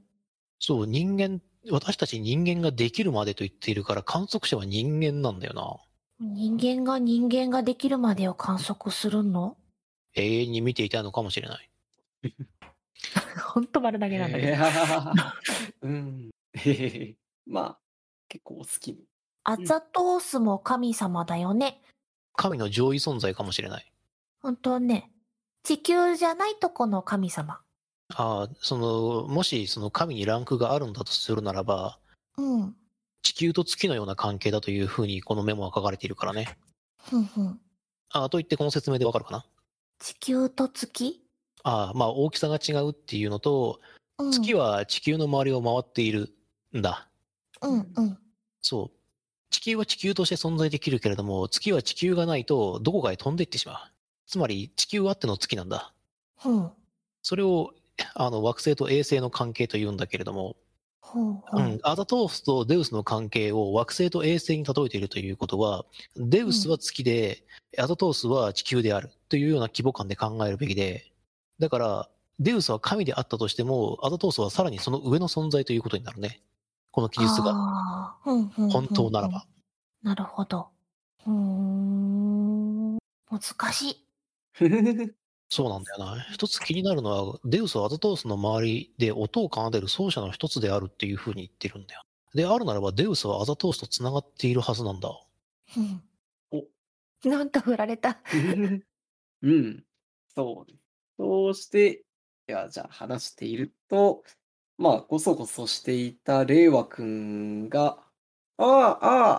Speaker 2: そう、人間、私たち人間ができるまでと言っているから、観測者は人間なんだよな。
Speaker 3: 人間が人間ができるまでを観測するの
Speaker 2: 永遠に見ていたのかもしれない。
Speaker 3: ほんと丸投げなんだけど。
Speaker 1: うん。へへへまあ、結構好きに。
Speaker 3: アザトースも神様だよね。
Speaker 2: 神の上位存在かもしれない。
Speaker 3: 本当はね、地球じゃないとこの神様。
Speaker 2: ああ、その、もしその神にランクがあるんだとするならば、
Speaker 3: うん。
Speaker 2: 地球と月のような関係だというふうにこのメモは書かれているからね。
Speaker 3: ふんふん。
Speaker 2: ああと言ってこの説明でわかるかな
Speaker 3: 地球と月
Speaker 2: ああ、まあ大きさが違うっていうのと、
Speaker 3: うん。
Speaker 2: 月は地球の周りを回っているんだ。
Speaker 3: うんうん。
Speaker 2: そう。地球は地球として存在できるけれども、月は地球がないとどこかへ飛んでいってしまう。つまり地球あっての月なんだ。
Speaker 3: ふん。
Speaker 2: それをあの惑星と衛星の関係と言うんだけれども、
Speaker 3: ほうほ
Speaker 2: う
Speaker 3: う。
Speaker 2: ん、アザトースとデウスの関係を惑星と衛星に例えているということは、デウスは月で、アザトースは地球であるというような規模感で考えるべきで、だから、デウスは神であったとしても、アザトースはさらにその上の存在ということになるね。この記述が
Speaker 3: が。うんうん。
Speaker 2: 本当ならば。。
Speaker 3: なるほど。うーん。難しい。
Speaker 2: そうなんだよな。一つ気になるのは、デウスはアザトースの周りで音を奏でる奏者の一つであるっていうふうに言ってるんだよ。であるならば、デウスはアザトースと繋がっているはずなんだ。
Speaker 3: うん。
Speaker 1: お
Speaker 3: なんか振られた。
Speaker 1: うん。そうね。そうして、ではじゃあ話していると、まあ、ごそごそしていた令和くんが、ああ、ああ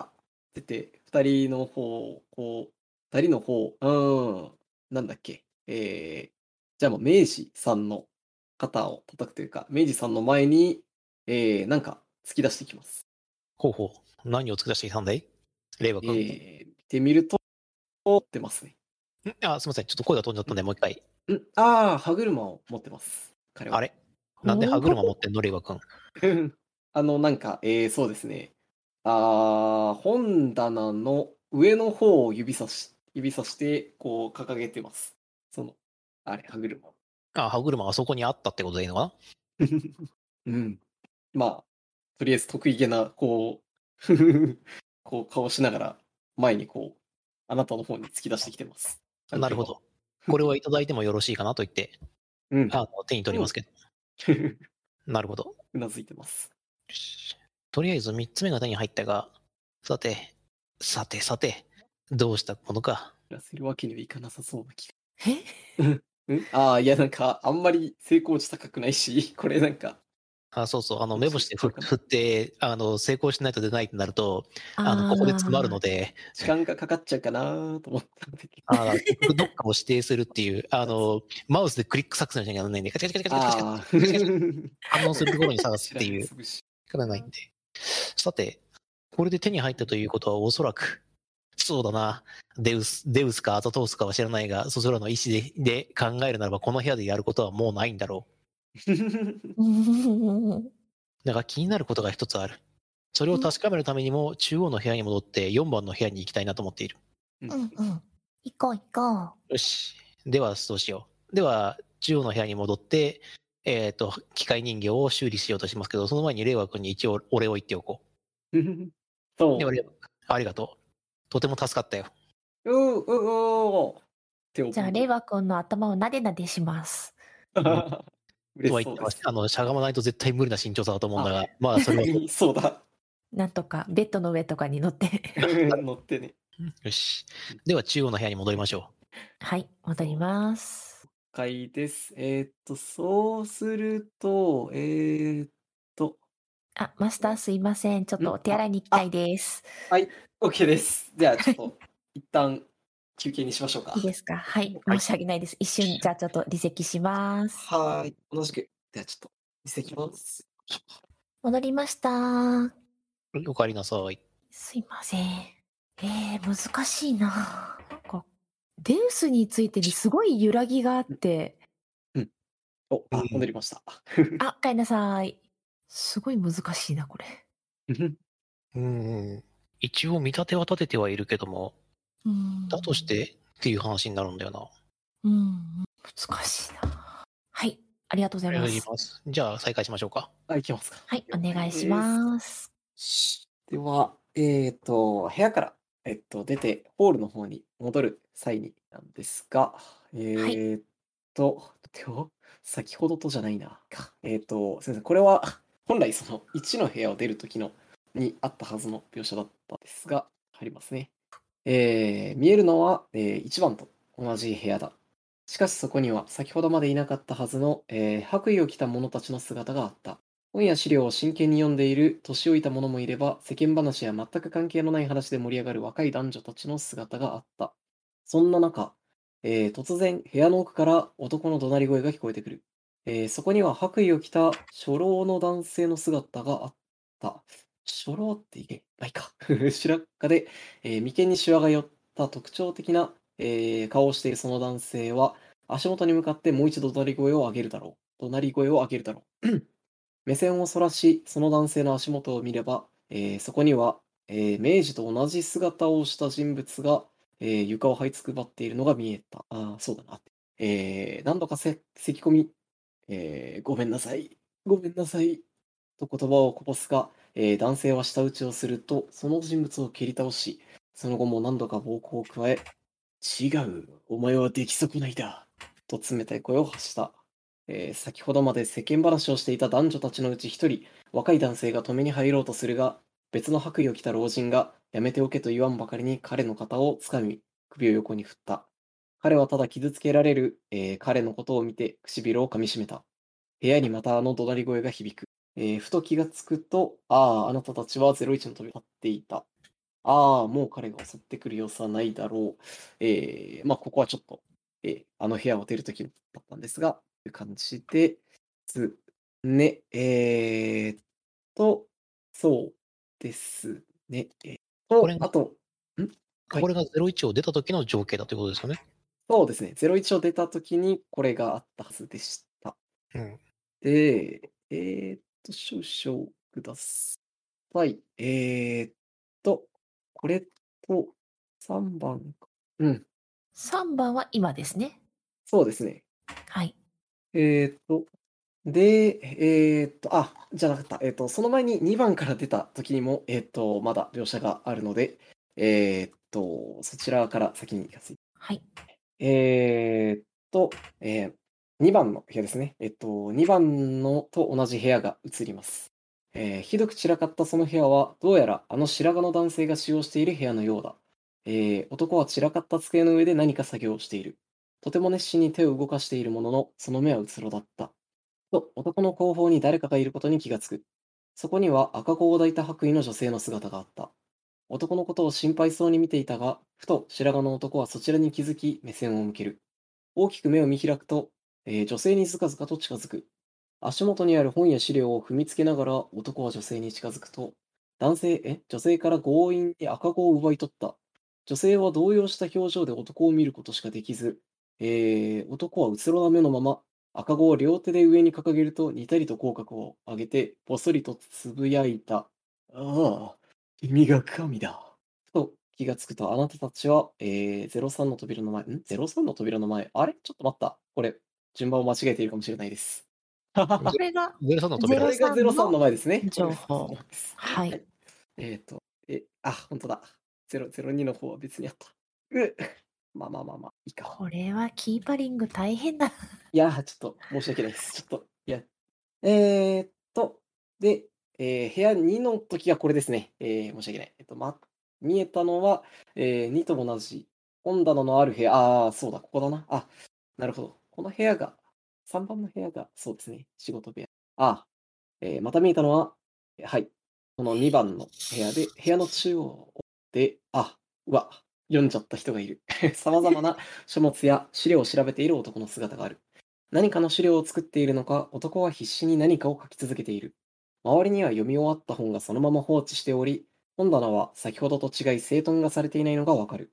Speaker 1: って言って、二人の方を、こう、二人の方、うん、なんだっけ、えー、じゃあもう明治さんの肩を叩くというか、明治さんの前に、えー、なんか突き出してきます。
Speaker 2: ほうほう。何を突き出してきたんだい令和
Speaker 1: え
Speaker 2: 君、
Speaker 1: ー、見てみると、持ってますね。
Speaker 2: んあ、すみません。ちょっと声が飛んじゃったんで、もう一回。
Speaker 1: んああ、歯車を持ってます。彼は。
Speaker 2: あれなんで歯車持ってんの令和君。
Speaker 1: あの、なん か、えー、そうですね。あー本棚の上の方を指さし、指さして、こう、掲げてます。その、あれ、歯車。
Speaker 2: あ、歯車はそこにあったってことでいいのかな
Speaker 1: うん。まあ、とりあえず得意げな、こう、 こう、顔しながら、前にこう、あなたの方に突き出してきてます。
Speaker 2: なるほど。これはいただいてもよろしいかなと言って、
Speaker 1: うん。
Speaker 2: あの手に取りますけど。
Speaker 1: う
Speaker 2: なるほど。
Speaker 1: なずいてます。
Speaker 2: とりあえず3つ目が手に入ったが、さて、さてさて、どうしたものか。
Speaker 1: やらせるわけにはいかなさそうな気が。
Speaker 3: え
Speaker 1: うんああ、いや、なんか、あんまり成功値高くないし、これなんか、
Speaker 2: あ、そうそう、あの、目星で
Speaker 1: そう
Speaker 2: 振
Speaker 1: か
Speaker 2: 振って、あの、成功しないと出ないってなると、あの、ここで詰まるので、
Speaker 1: 時間がかかっちゃうかなと思ったんだけど。
Speaker 2: あーどっかを指定するっていう、あの、マウスでクリック作戦みたいなのがないんで、カチャカチャカチャカチャカ
Speaker 1: ああー、
Speaker 2: チャ反応するところに探すっていう、
Speaker 1: 潰し
Speaker 2: 仕方ないんで。さて、これで手に入ったということはおそらく、そうだな、デウス、デウスかアザトースかは知らないが、それらの意思でで考えるならば、この部屋でやることはもうないんだろう。
Speaker 3: うん
Speaker 2: だから気になることが一つある。それを確かめるためにも、中央の部屋に戻って4番の部屋に行きたいなと思っている。
Speaker 1: うん
Speaker 3: うんうん。行こう行こ
Speaker 2: よし。では、そうしよう。では、中央の部屋に戻って、えっ、と、機械人形を修理しようとしますけど、その前に令和君に一応お礼を言っておこ。
Speaker 1: そうう
Speaker 2: では、。令和君ありがとう。とても助かったよ。
Speaker 1: うううおー手を
Speaker 3: う。じゃあ、レイワ君の頭をなでなでします。
Speaker 1: 嬉
Speaker 2: とは
Speaker 1: しそう
Speaker 2: 言って
Speaker 1: で
Speaker 2: ますす。あの、しゃがまないと絶対無理な身長差だと思うんだが、まあ、それは。
Speaker 1: うんそうだ。
Speaker 3: なんとか、ベッドの上とかに乗って。
Speaker 1: 乗ってね。
Speaker 2: よし。では、中央の部屋に戻りましょ
Speaker 3: はい、戻ります。
Speaker 1: 解です。えーっと、そうすると、えーっと、
Speaker 3: あ、マスターすいません。ちょっ
Speaker 1: ん
Speaker 3: とお手洗いに行きたいです。
Speaker 1: OK です。じゃあ、ちょっと、一旦休憩にしましょうか
Speaker 3: いい。ですかはい、
Speaker 1: はい
Speaker 3: 申し訳ないです。一瞬、じゃあちょっと離席します。
Speaker 1: はーい。同じく。では、ちょっと、見せきます。
Speaker 3: 戻りました。
Speaker 2: う。お帰りなさい。
Speaker 3: すいません。えー、難しいな。なんか、デウスについてにすごい揺らぎがあって、
Speaker 1: お、あ
Speaker 2: うん、
Speaker 1: 戻りました。
Speaker 3: あ、おかえりなさい。すごい難しいな、これ。
Speaker 2: うん。一応、見立ては立ててはいるけども、
Speaker 3: うん
Speaker 2: だとし、てっていう話になるんだよな。
Speaker 3: うんうん、難しいな。はい、ありがとうござい
Speaker 2: あ
Speaker 3: ま
Speaker 2: りが
Speaker 3: す
Speaker 2: とう。ございますじゃあ、再開しましょうか。
Speaker 1: あ、いきますか。
Speaker 3: はい、お願いします。
Speaker 1: す。では、えーっと、部屋から、えっと、出て、ホールの方に戻る際になんですが、えーっと、では 先ほどとじゃないな。かえーっと、すみません、これは、本来その1の部屋を出る時の、にあったはずの描写だったんですが、ありますね。えー見えるのは、え1番と同じ部屋だ。しかしそこには先ほどまでいなかったはずの、えー白衣を着た者たちの姿があった。本や資料を真剣に読んでいる年老いた者もいれば、世間話や全く関係のない話で盛り上がる若い男女たちの姿があった。そんな中、えー突然部屋の奥から男の怒鳴り声が聞こえてくる。えーそこには白衣を着た初老の男性の姿があった。初老って言えないか。 白っかで、えー眉間にシワが寄った特徴的な、えー顔をしているその男性は、足元に向かってもう一度怒鳴り声を上げるだろう。怒鳴り声を上げるだろう。目線をそらし、その男性の足元を見れば、えーそこには、えー明治と同じ姿をした人物が、えー床を這いつくばっているのが見えた。ああ、そうだな。えー何度かせ咳込み、えーごめんなさい、ごめんなさい、と言葉をこぼすが、えー男性は舌打ちをすると、その人物を蹴り倒し、その後も何度か暴行を加え、違う、お前は出来損ないだ、と冷たい声を発した。えー先ほどまで世間話をしていた男女たちのうち一人、若い男性が止めに入ろうとするが、別の白衣を着た老人が、やめておけと言わんばかりに彼の肩をつかみ、首を横に振った。彼はただ傷つけられる、えー彼のことを見て唇をかみしめた。部屋にまたあの怒鳴り声が響く。えーふと気がつくと、ああ、あなたたちは01の飛び立っていた。ああ、もう彼が襲ってくる様子はないだろう。えーまあ、ここはちょっと、えーあの部屋を出るときだったんですが、という感じで、つね、えーっと、そうですね。えー
Speaker 2: ことれ、が
Speaker 1: あと、はい
Speaker 2: これが01を出た時の情景だということですよね。
Speaker 1: そうですね。01を出た時にこれがあったはずでした。
Speaker 2: うん。
Speaker 1: で、えーっと、少々ください。えーっと、これと3番か。うん、
Speaker 3: 3番は今ですね。
Speaker 1: そうですね。
Speaker 3: はい。
Speaker 1: えーっと、で、えーっと、あ、じゃなかった。えーっと、その前に2番から出た時にも、えーっと、まだ描写があるので、えーっと、そちらから先に行かせて
Speaker 3: はい。
Speaker 1: えーっと、えー、2番の部屋ですね。えっと、2番のと同じ部屋が映ります。えーひどく散らかったその部屋は、どうやらあの白髪の男性が使用している部屋のようだ。えー男は散らかった机の上で何か作業をしている。とても熱心に手を動かしているものの、その目はうつろだった。と、男の後方に誰かがいることに気がつく。そこには赤子を抱いた白衣の女性の姿があった。男のことを心配そうに見ていたが、ふと白髪の男はそちらに気づき、目線を向ける。大きく目を見開くと、えー女性にずかずかと近づく。足元にある本や資料を踏みつけながら、男は女性に近づくと、男性、え、女性から強引に赤子を奪い取った。女性は動揺した表情で男を見ることしかできず、えー男はうつろな目のまま、赤子を両手で上に掲げると、にたりと口角を上げて、ぼそりとつぶやいた。ああ。君が神だ。と気がつくと、あなたたちは、えー、03の扉の前、ん ?03 の扉の前。あれちょっと待った。これ、順番を間違えているかもしれないです。
Speaker 3: これが、
Speaker 2: 03
Speaker 1: こ
Speaker 2: の扉で
Speaker 3: ゼロ
Speaker 1: れ
Speaker 2: す。
Speaker 1: が03の前ですね。
Speaker 3: 情報
Speaker 1: これが03の前です
Speaker 3: はい。
Speaker 1: えっ、と、え、あ、本当だ。0 02の方は別にあった。うっまあまあまあまあ、いいか。
Speaker 3: これはキーパリング大変だ。
Speaker 1: いやー、ちょっと申し訳ないです。ちょっと、いや。えー、っと、で、えー部屋2の時がこれですね。えー申し訳ない。えっと、ま、見えたのは、え2と同じ。本棚のある部屋。ああ、そうだ、ここだな。あ、なるほど。この部屋が、3番の部屋が、そうですね。仕事部屋。あー、えーまた見えたのは、えーはい。この2番の部屋で、部屋の中央で、あ、うわ、読んじゃった人がいる。 さまざまな書物や資料を調べている男の姿がある。何かの資料を作っているのか、男は必死に何かを書き続けている。周りには読み終わった本がそのまま放置しており、本棚は先ほどと違い整頓がされていないのがわかる。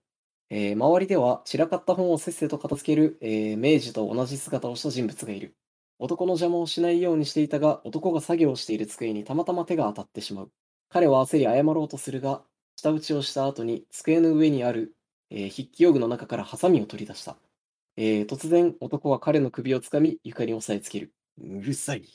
Speaker 1: えー周りでは散らかった本をせっせと片付ける、えー明治と同じ姿をした人物がいる。男の邪魔をしないようにしていたが、男が作業をしている机にたまたま手が当たってしまう。彼は焦り謝ろうとするが、舌打ちをした後に机の上にある、えー筆記用具の中からハサミを取り出した。えー突然、男は彼の首をつかみ、床に押さえつける。うるさい。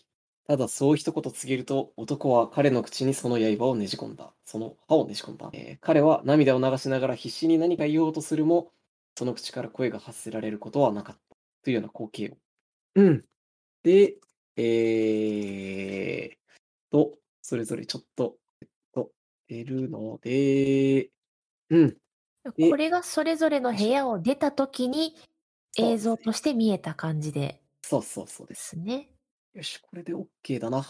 Speaker 1: ただ、そう一言告げると、男は彼の口にその刃をねじ込んだ。その歯をねじ込んだ。えー彼は涙を流しながら必死に何か言おうとするも、その口から声が発せられることはなかった。というような光景を。うん。で、えー、と、それぞれちょっと、えっと、出るので、うん。え
Speaker 3: これがそれぞれの部屋を出た時に映像として見えた感じで
Speaker 1: そうそうそうです。
Speaker 3: すね。
Speaker 1: よし、これで OK だな。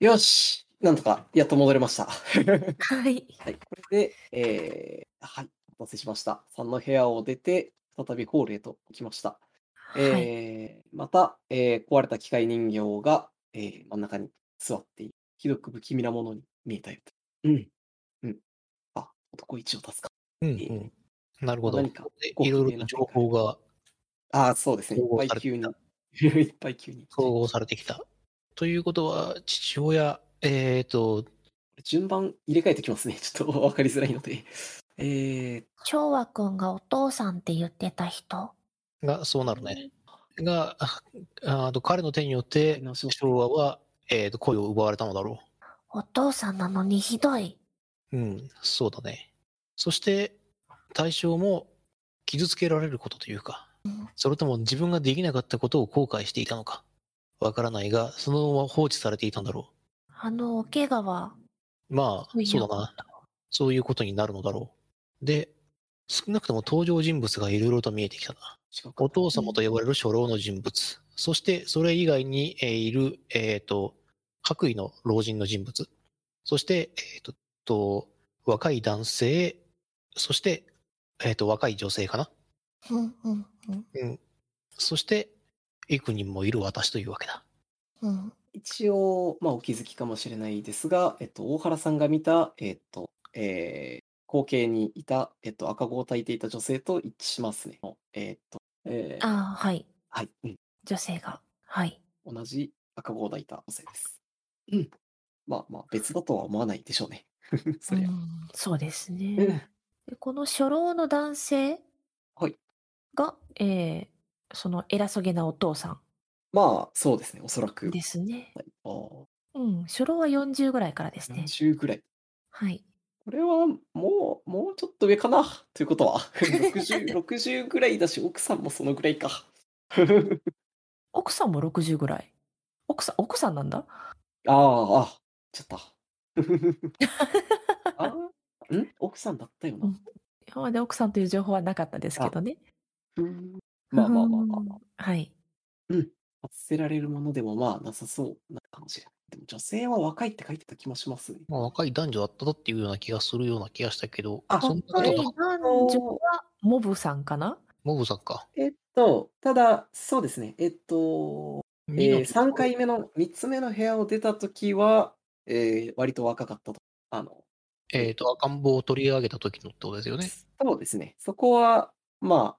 Speaker 1: よしなんとか、やっと戻れま した。は
Speaker 3: はい。
Speaker 1: い、これで、えー、はい、お待たせしました。3の部屋を出て、再びホールへと行きました。
Speaker 3: はい。
Speaker 1: えーまた、えー壊れた機械人形が、えー真ん中に座っている。ひどく不気味なものに見えたよと。うん。うん。あ、男一を助か。
Speaker 2: うんうん。なるほど。
Speaker 1: 何か
Speaker 2: で
Speaker 1: ご
Speaker 2: いろ
Speaker 1: 不
Speaker 2: い
Speaker 1: 明
Speaker 2: ろ
Speaker 1: な
Speaker 2: と
Speaker 1: 展
Speaker 2: 情
Speaker 1: 開
Speaker 2: 報が
Speaker 1: ああ、そうですね。い
Speaker 2: 統合
Speaker 1: っぱい
Speaker 2: され
Speaker 1: 急
Speaker 2: て
Speaker 1: に
Speaker 2: た。
Speaker 1: いっぱい急に。
Speaker 2: 統合されてきた。ということは、父親、えっ、と、
Speaker 1: 順番入れ替えてきますね。ちょっと分かりづらいので。えー、
Speaker 3: 昭和くんがお父さんって言ってた人。
Speaker 2: がそうなるね。が、ああと彼の手によって、
Speaker 1: 直します
Speaker 2: 昭和は、えー、と声を奪われたのだろ
Speaker 3: お父さんなのにひどい。
Speaker 2: う。うん、そうだね。そして、対象も傷つけられることというか、それとも自分ができなかったことを後悔していたのか、わからないが、そのまま放置されていたんだろ
Speaker 3: あのお怪我は。
Speaker 2: う。まあ、そうだな。そういうことになるのだろう。で、少なくとも登場人物がいろいろと見えてきたな。
Speaker 1: 近く
Speaker 2: お父様と呼ばれる初老の人物、そしてそれ以外に、えーいる、えっ、と、白衣の老人の人物、そして、えっ、とと、若い男性、そして、えっ、と、若い女性かな。
Speaker 3: うんうんうん
Speaker 2: うん。そして、幾人もいる私というわけだ。
Speaker 3: うん。
Speaker 1: 一応、まあ、お気づきかもしれないですが、えっと、大原さんが見た、えっと、えー後継にいた、えっと、赤子を焚いていた女性と一致しますね。えっと、えー
Speaker 3: ああ、はい。
Speaker 1: はい、うん
Speaker 3: 女性が。はい。
Speaker 1: 同じ赤子を抱いた女性です。うん。まあまあ、別だとは思わないでしょうね。 そりゃ
Speaker 3: う。んそうです
Speaker 1: う
Speaker 3: ね
Speaker 1: ん。
Speaker 3: でこの初老の男性
Speaker 1: はい
Speaker 3: が、えーその偉そげなお父さ
Speaker 1: まあ、そうですね、おそらく。
Speaker 3: んですね。
Speaker 1: はい、あー
Speaker 3: うん、初老は40ぐらいからですね。
Speaker 1: 70ぐらい。
Speaker 3: はい。
Speaker 1: これはもう、もうちょっと上かなということは、60、60ぐらいだし、奥さんもそのぐらいか。
Speaker 3: 奥さんも60ぐらい。奥さん、奥さんなんだ
Speaker 1: ああ、あ、ちょっと。あん奥さんだったよな。
Speaker 3: 今まで奥さんという情報はなかったですけどね。
Speaker 1: うんまあまあまあまあ、まあ、
Speaker 3: あ。はい。
Speaker 1: 発せられるものでもまあなさそうなかもしれない。でも女性は若いって書いてた気もしますね。
Speaker 2: まあ、若い男女だったっていうような気がするような気がしたけど、
Speaker 1: あ
Speaker 2: そんなこ
Speaker 3: はい
Speaker 2: と
Speaker 1: 本当
Speaker 2: な
Speaker 1: に
Speaker 2: か
Speaker 3: 男女はモブさんかな
Speaker 2: モブさんか。
Speaker 1: えっと、ただ、そうですね。えっと、え
Speaker 2: ミノ
Speaker 1: ー、3回目の、3つ目の部屋を出たときは、えー、割と若かったと。あの、
Speaker 2: えっ、と、赤ん坊を取り上げた時のってことですよね。
Speaker 1: そうですね。そこは、まあ、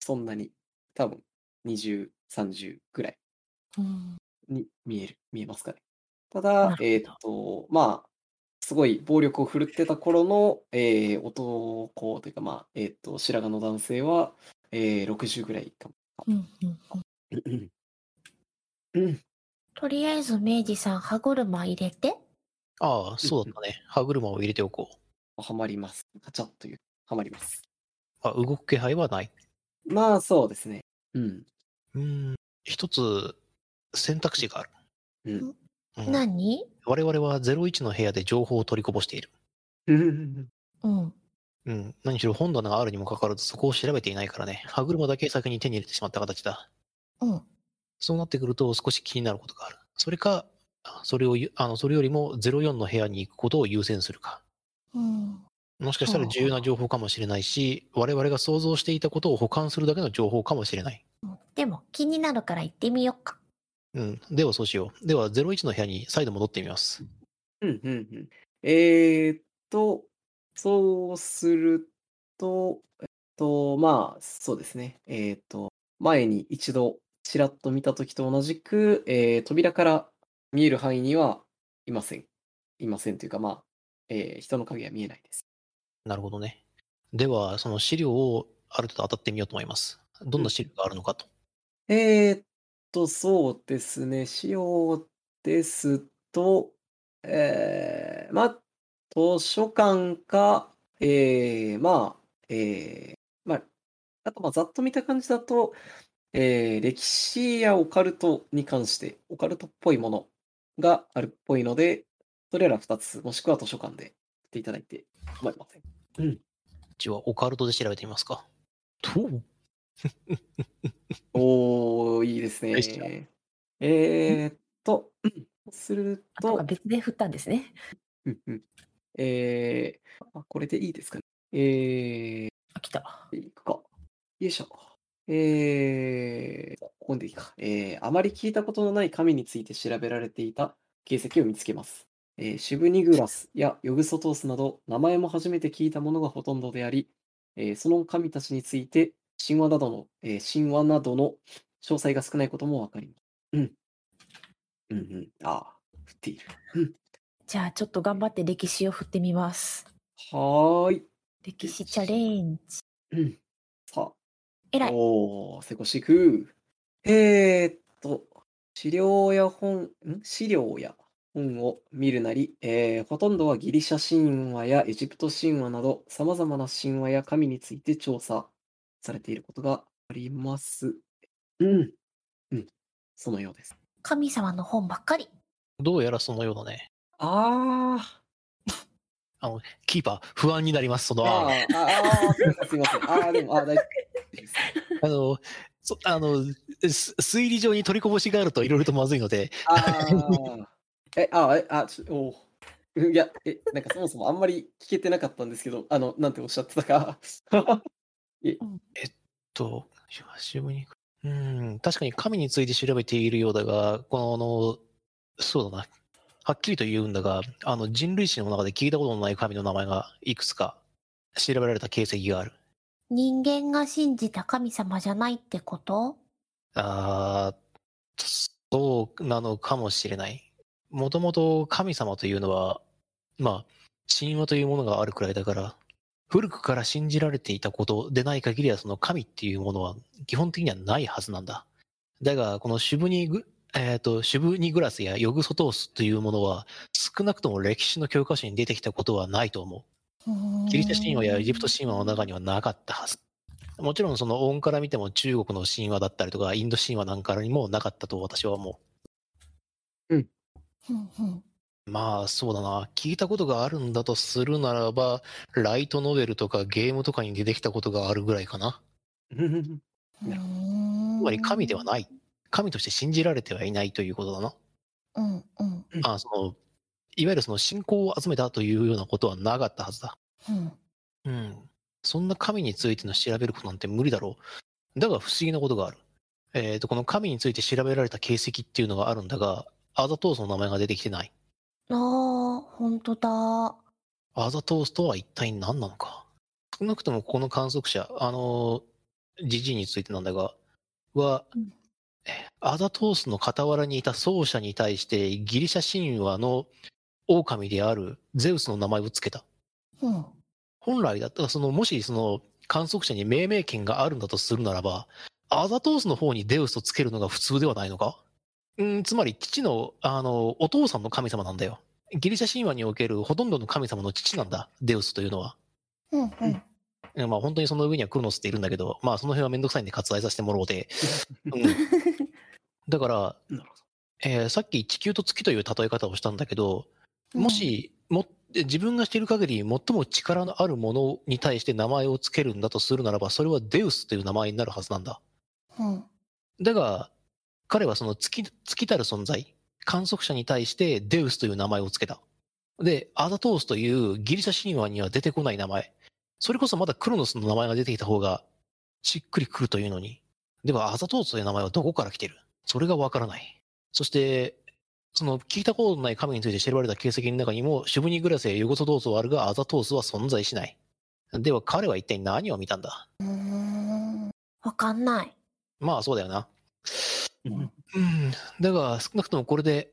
Speaker 1: そんなに、多分20、30ぐらい
Speaker 3: うん。
Speaker 1: に見える、見えますかね。た
Speaker 3: なるほ
Speaker 1: だ、
Speaker 3: ど
Speaker 1: えっ、と、まあ、すごい暴力を振るってた頃の、えー、男というか、まあ、えっ、と、白髪の男性は、えー、60ぐらいかも。
Speaker 3: うんうんとりあえず明治さん歯車入れて。
Speaker 2: ああ、そうだったね。歯車を入れておこう。
Speaker 1: はまります。カチャッという、はまります。
Speaker 2: まあ、動く気配はない。
Speaker 1: まあ、そうですね。うん。
Speaker 2: うーん。一つ、選択肢がある。
Speaker 1: うん
Speaker 2: うん
Speaker 3: 何
Speaker 2: 我々は01の部屋で情報を取りこぼしている。
Speaker 1: うん。
Speaker 3: うん。
Speaker 2: うん。何しろ本棚があるにもかかわらずそこを調べていないからね。歯車だけ先に手に入れてしまった形だ。
Speaker 3: うん。
Speaker 2: そうなってくると少し気になることがある。それか、あそれをゆ、あの、それよりも04の部屋に行くことを優先するか。
Speaker 3: うん。
Speaker 2: もしかしたら重要な情報かもしれないし、我々が想像していたことを保管するだけの情報かもしれない。
Speaker 3: でも気になるから行ってみよっか。
Speaker 2: うん。ではそうしよう。では01の部屋に再度戻ってみます。
Speaker 1: うんうんうん。えーっと、そうすると、えっと、まあ、そうですね。えーっと、前に一度、ちらっと見たときと同じく、えー扉から見える範囲にはいません。いませんというか、まあ、えー人の影は見えないです。
Speaker 2: なるほどね。では、その資料をある程度当たってみようと思います。どんな資料があるのかと。
Speaker 1: えーっと、そうですね。資料ですと、えー、まあ、図書館か、えー、まあ、えー、まあ、あと、まあ、ざっと見た感じだと、えー、歴史やオカルトに関して、オカルトっぽいものがあるっぽいので、それら2つ、もしくは図書館でやっていただいて構いません。
Speaker 2: 一応、オカルトで調べてみますか。と、
Speaker 1: おー、いいです
Speaker 2: よいしょ
Speaker 1: ね。えーっと、そうする
Speaker 3: あと
Speaker 1: と
Speaker 3: か、別で振ったんですね。
Speaker 1: うんうんえー、あこれでいいですかね。え
Speaker 3: あ、来た。
Speaker 1: ー、いくか。よいしょ。えー、ここでいいか。えー、あまり聞いたことのない神について調べられていた形跡を見つけます。えーシュブニグラスやヨグソトースなど、名前も初めて聞いたものがほとんどであり、えーその神たちについて、神話などの、えー神話などの詳細が少ないこともわかります。うん。うんうん。ああ、振っている。
Speaker 3: じゃあちょっと頑張って歴史を振ってみます。
Speaker 1: はーい。
Speaker 3: 歴史チャレンジ。
Speaker 1: うんさあ、
Speaker 3: えらい。
Speaker 1: おお、成功していく。えーっと、資料や本、ん資料や本を見るなり、えーほとんどはギリシャ神話やエジプト神話など、さまざまな神話や神について調査されていることがあります。うん。うん。そのようです。
Speaker 3: 神様の本ばっかり。
Speaker 2: どうやらそのようだね。
Speaker 1: あー。
Speaker 2: キーパー、不安になります、その案
Speaker 1: あーあー、すいません。すいませんあー、でも、あー、大丈夫です。
Speaker 2: あの、そあの、す推理上に取りこぼしがあるといろいろとまずいので、
Speaker 1: ああ。 え、あ、え、あ、ちょ、おういや、え、なんかそもそもあんまり聞けてなかったんですけど、あの、なんておっしゃってたか。
Speaker 2: と、シュシュブニうーん、確かに神について調べているようだが、この、そうだな。はっきりと言うんだが、あの人類史の中で聞いたことのない神の名前がいくつか調べられた形跡がある。
Speaker 3: 人間が信じた神様じゃないってこと
Speaker 2: あーそうなのかもしれない。もともと神様というのは、まあ、神話というものがあるくらいだから、古くから信じられていたことでない限りは、その神っていうものは基本的にはないはずなんだ。だが、このシュブニグ、えっ、と、シュブニグラスやヨグソトースというものは、少なくとも歴史の教科書に出てきたことはないと思う。ギリシャ神話やエジプト神話の中にはなかったはず。もちろんその音から見ても中国の神話だったりとかインド神話なんかにもなかったと私は思
Speaker 3: うんうん
Speaker 2: う。まあそうだな。聞いたことがあるんだとするならば、ライトノベルとかゲームとかに出てきたことがあるぐらいかな。
Speaker 1: うんなる
Speaker 2: つまり神では
Speaker 3: いう
Speaker 2: ない。神として信じられてはいないということだな。
Speaker 3: んうん
Speaker 2: まあその、いわゆるその信仰を集めたというようなことはなかったはずだ。
Speaker 3: うん
Speaker 2: うん。そんな神についての調べることなんて無理だろう。だが不思議なことがある。えっ、と、この神について調べられた形跡っていうのがあるんだが、アザトースの名前が出てきてない。
Speaker 3: ああ、本当だ。
Speaker 2: アザトースとは一体何なのか。少なくともこの観測者、あのー、ジジイについてなんだが、は
Speaker 3: うん、
Speaker 2: えアザトースの傍らにいた奏者に対してギリシャ神話の狼であるゼウスの名前を付けた。
Speaker 3: うん。
Speaker 2: 本来だったら、その、もし、その、観測者に命名権があるんだとするならば、アザトースの方にデウスをつけるのが普通ではないのかうん、つまり、父の、あの、お父さんの神様なんだよ。ギリシャ神話におけるほとんどの神様の父なんだ、デウスというのは。
Speaker 3: うんうん。
Speaker 2: うんまあ、本当にその上にはクロノスっているんだけど、まあ、その辺はめんどくさいんで割愛させてもらおうて。うんだから、
Speaker 1: ほど。
Speaker 2: えーさっき地球と月という例え方をしたんだけど、もし、も自分がしている限り最も力のあるものに対して名前を付けるんだとするならば、それはデウスという名前になるはずなんだ。
Speaker 3: うん、うん。
Speaker 2: だが、彼はその月、月たる存在、観測者に対してデウスという名前を付けた。で、アザトースというギリシャ神話には出てこない名前。それこそまだクロノスの名前が出てきた方がしっくりくるというのに。では、アザトースという名前はどこから来てるそれがわからない。そして、その聞いたことのない神について調べられた形跡の中にも、シュブニグラスやヨゴソトースはあるが、アザトースは存在しない。では、彼は一体何を見たんだ
Speaker 3: うーんわかんない。
Speaker 2: まあ、そうだよな。
Speaker 1: うん
Speaker 2: うん、だが少なくともこれで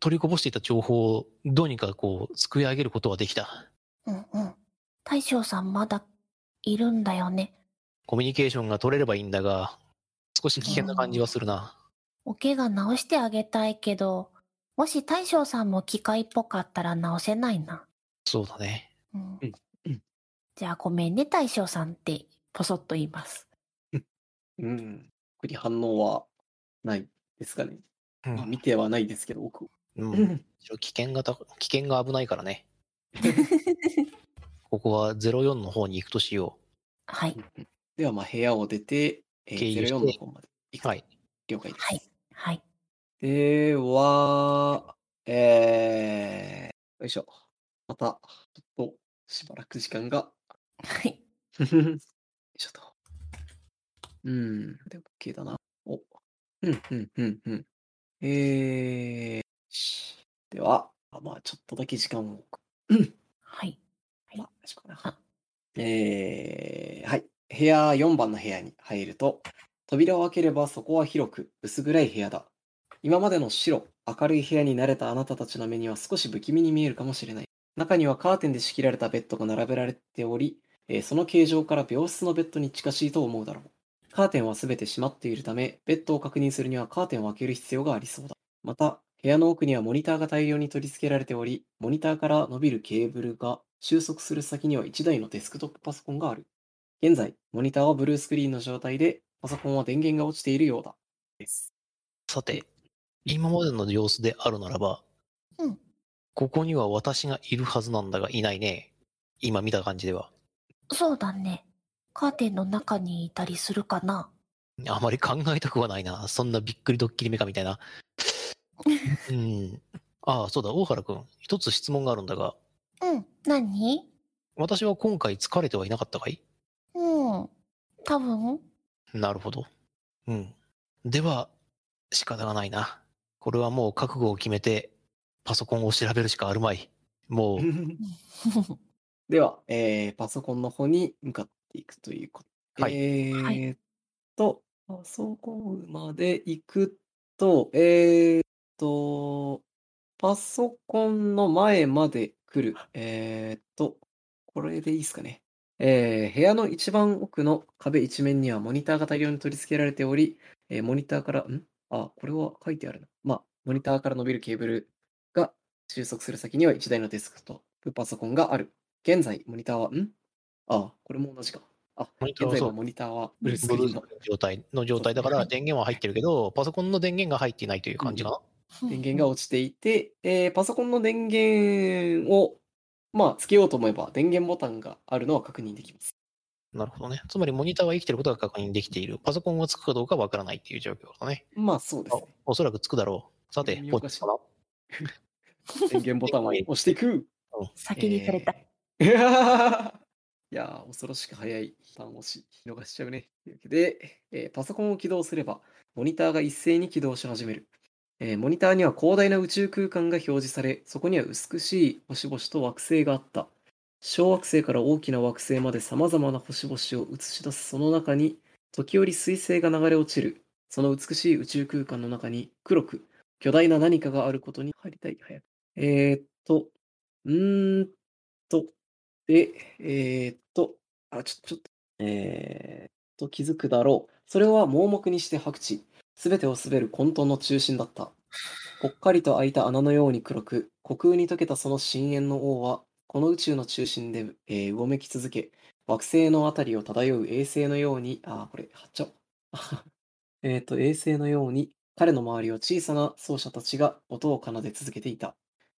Speaker 2: 取りこぼしていた情報をどうにかこうすくい上げることはできた。
Speaker 3: うんうん。大将さんまだいるんだよね。
Speaker 2: コミュニケーションが取れればいいんだが、少し危険な感じはするな。
Speaker 3: お怪我直してあげたいけど、もし大将さんも機械っぽかったら直せないな。
Speaker 2: そうだね。
Speaker 3: うん
Speaker 1: うんうん
Speaker 3: じゃあごめんね大将さんってポソッと言 います。
Speaker 1: うん。特に反応はないですかね。
Speaker 2: う
Speaker 1: まあ
Speaker 2: ん。
Speaker 1: 見てはないですけど、奥を。
Speaker 2: うん、危険がた、危険が危ないからね。ここは04の方に行くとしよ
Speaker 3: はい。
Speaker 1: では、まあ、部屋を出て、えー
Speaker 2: 経由して
Speaker 1: 04の方まで行く
Speaker 2: う。
Speaker 1: と。
Speaker 2: はい。
Speaker 1: 了解です。
Speaker 3: はいはい。
Speaker 1: では、えー、よいしょ。また、ちょっと、しばらく時間が。
Speaker 3: はい。
Speaker 1: ふふふよいしょと。うん。で、OK だな。お。うん、うん、うん、うん。えー、しでは、あまあ、ちょっとだけ時間を置く。
Speaker 3: はい。
Speaker 1: まあ、大丈夫か
Speaker 3: あ
Speaker 1: な。えー、はい。部屋4番の部屋に入ると、扉を開ければそこは広く、薄暗い部屋だ。今までの白、明るい部屋に慣れたあなたたちの目には少し不気味に見えるかもしれない。中にはカーテンで仕切られたベッドが並べられており、えーその形状から病室のベッドに近しいと思うだろう。カーテンはすべて閉まっているため、ベッドを確認するにはカーテンを開ける必要がありそうだ。また、部屋の奥にはモニターが大量に取り付けられており、モニターから伸びるケーブルが収束する先には1台のデスクトップパソコンがある。現在、モニターはブルースクリーンの状態で、パソコンは電源が落ちているようだ。です。
Speaker 2: さて、今までの様子であるならば、
Speaker 3: うん
Speaker 2: ここには私がいるはずなんだがいないね。今見た感じでは。
Speaker 3: そうだね。カーテンの中にいたりするかな。
Speaker 2: あまり考えたくはないな。そんなびっくりドッキリメカみたいな。うん。ああ、そうだ、大原くん。一つ質問があるんだが、
Speaker 3: うん。何
Speaker 2: 私は今回疲れてはいなかったかい
Speaker 3: うん。多分
Speaker 2: なるほど。うん。では、仕方がないな。これはもう覚悟を決めて、パソコンを調べるしかあるまい。もう、
Speaker 1: では、えーパソコンの方に向かっていくということ。
Speaker 2: はい
Speaker 1: え
Speaker 3: はい
Speaker 1: ーっと、パソコンまで行くと、えーっと、パソコンの前まで来る。えーっと、これでいいですかね。えー部屋の一番奥の壁一面にはモニターが大量に取り付けられており、えーモニターから、んあ、これは書いてあるな。まあ、モニターから伸びるケーブルが収束する先には1台のデスクトップパソコンがある。現在、モニターは、んあ、これも同じか。あ、
Speaker 2: モニター
Speaker 1: 現在
Speaker 2: はそう
Speaker 1: はモニターはブル
Speaker 2: ブル
Speaker 1: ースクリー
Speaker 2: ー
Speaker 1: ン
Speaker 2: ス
Speaker 1: の
Speaker 2: の状態の状態だから、電源は入ってるけど、パソコンの電源が入っていないという感じかな。
Speaker 1: 電源が落ちていて、えーパソコンの電源を、まあ、つけようと思えば電源ボタンがあるのは確認できます。
Speaker 2: なるほどね。つまり、モニターは生きてることが確認できている。パソコンがつくかどうかわからないっていう状況だね。
Speaker 1: まあ、そうですね。
Speaker 2: おそらくつくだろう。さて、
Speaker 1: 見
Speaker 2: ポ
Speaker 1: ようか
Speaker 2: チかな。
Speaker 1: 電源ボタンを押していく。
Speaker 3: 先にされた。
Speaker 1: えー いやー、恐ろしく早いボタンを押し、見逃しちゃうね。というわけで、えーパソコンを起動すれば、モニターが一斉に起動し始める。えーモニターには広大な宇宙空間が表示され、そこには美しい星々と惑星があった。小惑星から大きな惑星まで様々な星々を映し出すその中に、時折彗星が流れ落ちる。その美しい宇宙空間の中に、黒く、巨大な何かがあることに入りたい。早く。えー、っと、うーんと、で、えーっと、あ、ちょ、ちょっと、えーっと、気づくだろう。それは盲目にして白地。すべてを滑る混沌の中心だった。ぽっかりと開いた穴のように黒く、虚空に溶けたその深淵の王は、この宇宙の中心で、えーうごめき続け、惑星のあたりを漂う衛星のように、あー、これ、貼っちゃおう。 えーっと、衛星のように、彼の周りを小さな奏者たちが音を奏で続けていた。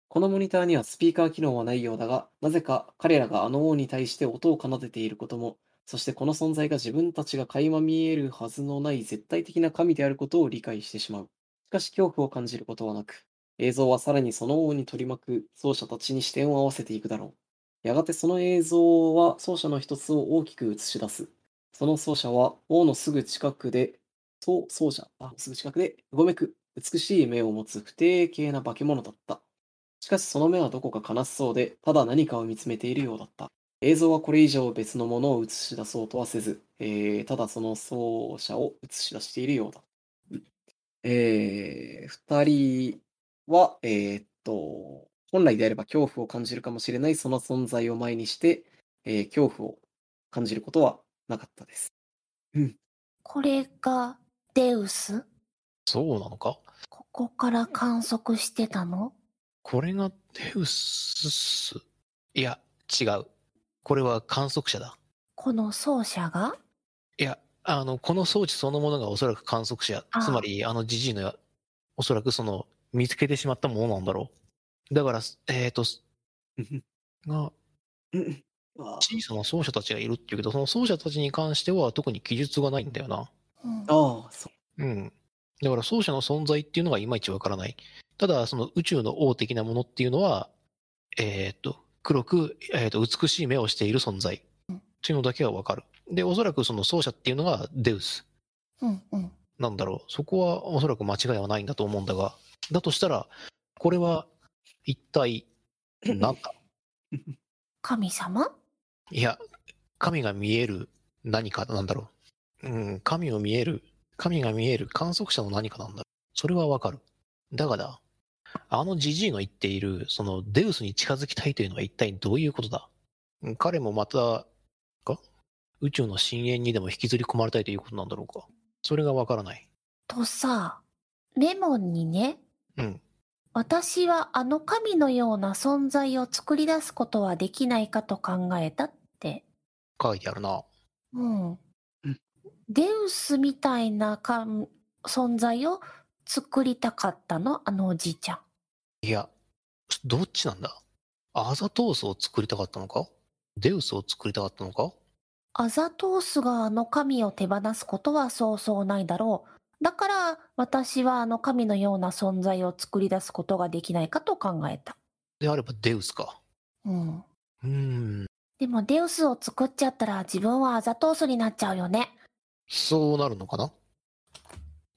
Speaker 1: このモニターにはスピーカー機能はないようだが、なぜか彼らがあの王に対して音を奏でていることも、そしてこの存在が自分たちが垣間見えるはずのない絶対的な神であることを理解してしまう。しかし恐怖を感じることはなく、映像はさらにその王に取り巻く奏者たちに視点を合わせていくだろう。やがてその映像は奏者の一つを大きく映し出す。その奏者は王のすぐ近くで、そう奏者、あ、すぐ近くで、うごめく美しい目を持つ不定形な化け物だった。しかしその目はどこか悲しそうで、ただ何かを見つめているようだった。映像はこれ以上別のものを映し出そうとはせず、えーただその奏者を映し出しているようだ。えー二人は、えーっと、本来であれば恐怖を感じるかもしれないその存在を前にして、えー恐怖を感じることはなかったです。
Speaker 3: これがデウス
Speaker 2: そうなのか
Speaker 3: ここから観測してたの
Speaker 2: これがデウスいや、違う。これは観測者だ。
Speaker 3: この奏者が
Speaker 2: いや、あの、この装置そのものがおそらく観測者
Speaker 3: あ、ー
Speaker 2: つまり、あの、ジジイのや、おそらくその、見つけてしまったものなんだろう。だから、えっ、と、が、
Speaker 1: うんあ
Speaker 2: 小さな奏者たちがいるっていうけど、その奏者たちに関しては特に記述がないんだよな。
Speaker 3: うん
Speaker 1: あ、そう。
Speaker 2: うん。だから奏者の存在っていうのがいまいちわからない。ただ、その宇宙の王的なものっていうのは、えっ、と、黒く、えーと、美しい目をしている存在っていうのだけはわかる。で、おそらくその奏者っていうのがデウス。
Speaker 3: うんうん
Speaker 2: なんだろう、そこはおそらく間違いはないんだと思うんだが、だとしたら、これは一体何か、
Speaker 3: 神様
Speaker 2: いや、神が見える何かなんだろう。うん、神を見える、神が見える観測者の何かなんだろう。それはわかる。だがだ、あのジジイの言っている、そのデウスに近づきたいというのは一体どういうことだうん彼もまた、か宇宙の深淵にでも引きずり込まれたいということなんだろうか。それがわからない。
Speaker 3: とさ、レモンにね、
Speaker 2: うん。
Speaker 3: 私はあの神のような存在を作り出すことはできないかと考えたって。
Speaker 2: 書いてあるな。
Speaker 3: うん
Speaker 1: うん。
Speaker 3: デウスみたいなかん存在を作りたかったの、あのおじいちゃん。
Speaker 2: いや、どっちなんだアザトースを作りたかったのかデウスを作りたかったのか
Speaker 3: アザトースがあの神を手放すことはそうそうないだろう。だから私はあの神のような存在を作り出すことができないかと考えた。
Speaker 2: であればデウスか。
Speaker 3: うん。
Speaker 2: うーん、
Speaker 3: でもデウスを作っちゃったら自分はアザトースになっちゃうよね。
Speaker 2: そうなるのかな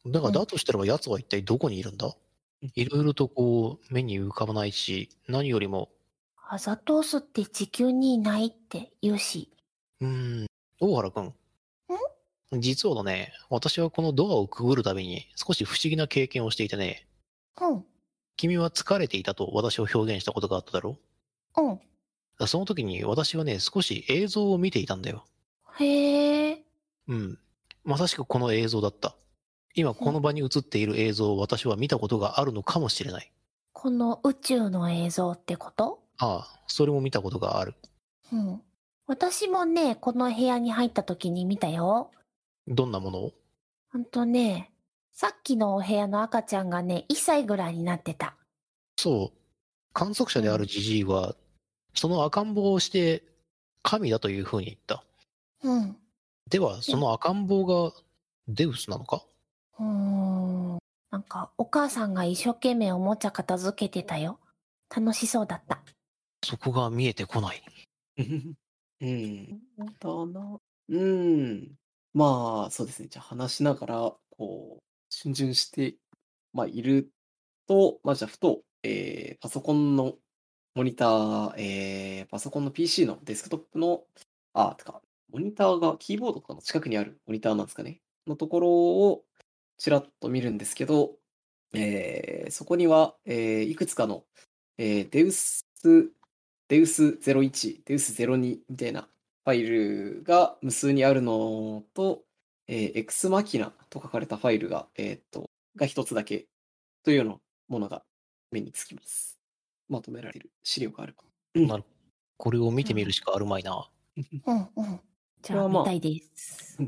Speaker 2: だが、
Speaker 3: うん
Speaker 2: だとしたら奴は一体どこにいるんだいろいろとこう、目に浮かばないし、何よりも、
Speaker 3: あざとーすって地球にいないって言うし。
Speaker 2: うーん、大原くん。実はね、私はこのドアをくぐるたびに少し不思議な経験をしていてね、
Speaker 3: うん、
Speaker 2: 君は疲れていたと私を表現したことがあっただろ
Speaker 3: うん。
Speaker 2: うその時に私はね、少し映像を見ていたんだよ。
Speaker 3: へえ。
Speaker 2: うん。まさしくこの映像だった。今この場に映っている映像を私は見たことがあるのかもしれない。
Speaker 3: この宇宙の映像ってこと
Speaker 2: ああ、それも見たことがある。
Speaker 3: うん。私もね、この部屋に入った時に見たよ。
Speaker 2: どんなものを
Speaker 3: ほんとね、さっきのお部屋の赤ちゃんがね、1歳ぐらいになってた。
Speaker 2: そう。観測者であるジジイは、その赤ん坊をして神だというふうに言った。
Speaker 3: うん。
Speaker 2: では、その赤ん坊がデウスなのか
Speaker 3: うーん。なんか、お母さんが一生懸命おもちゃ片付けてたよ。楽しそうだった。
Speaker 2: そこが見えてこない。
Speaker 1: うん。だな。うん。まあ、そうですね。じゃあ話しながら、こう、逡巡して、まあ、いると、まあ、じゃあ、ふと、えーパソコンのモニター、えーパソコンの PC のデスクトップの、あ、てか、モニターが、キーボードとかの近くにあるモニターなんですかね。のところを、ちらっと見るんですけど、えーそこには、えーいくつかの、えーデウス、デウス01、デウス02みたいなファイルが無数にあるのと、えー、エクスマキナと書かれたファイルが、えーっと、が一つだけというようなものが目につきます。まとめられる資料があるか。うん
Speaker 2: なるこれを見てみるしかあるまいな。
Speaker 3: うんうん。
Speaker 1: こ
Speaker 3: じゃ
Speaker 1: れは
Speaker 3: あ、
Speaker 1: まあ
Speaker 3: 見たいです。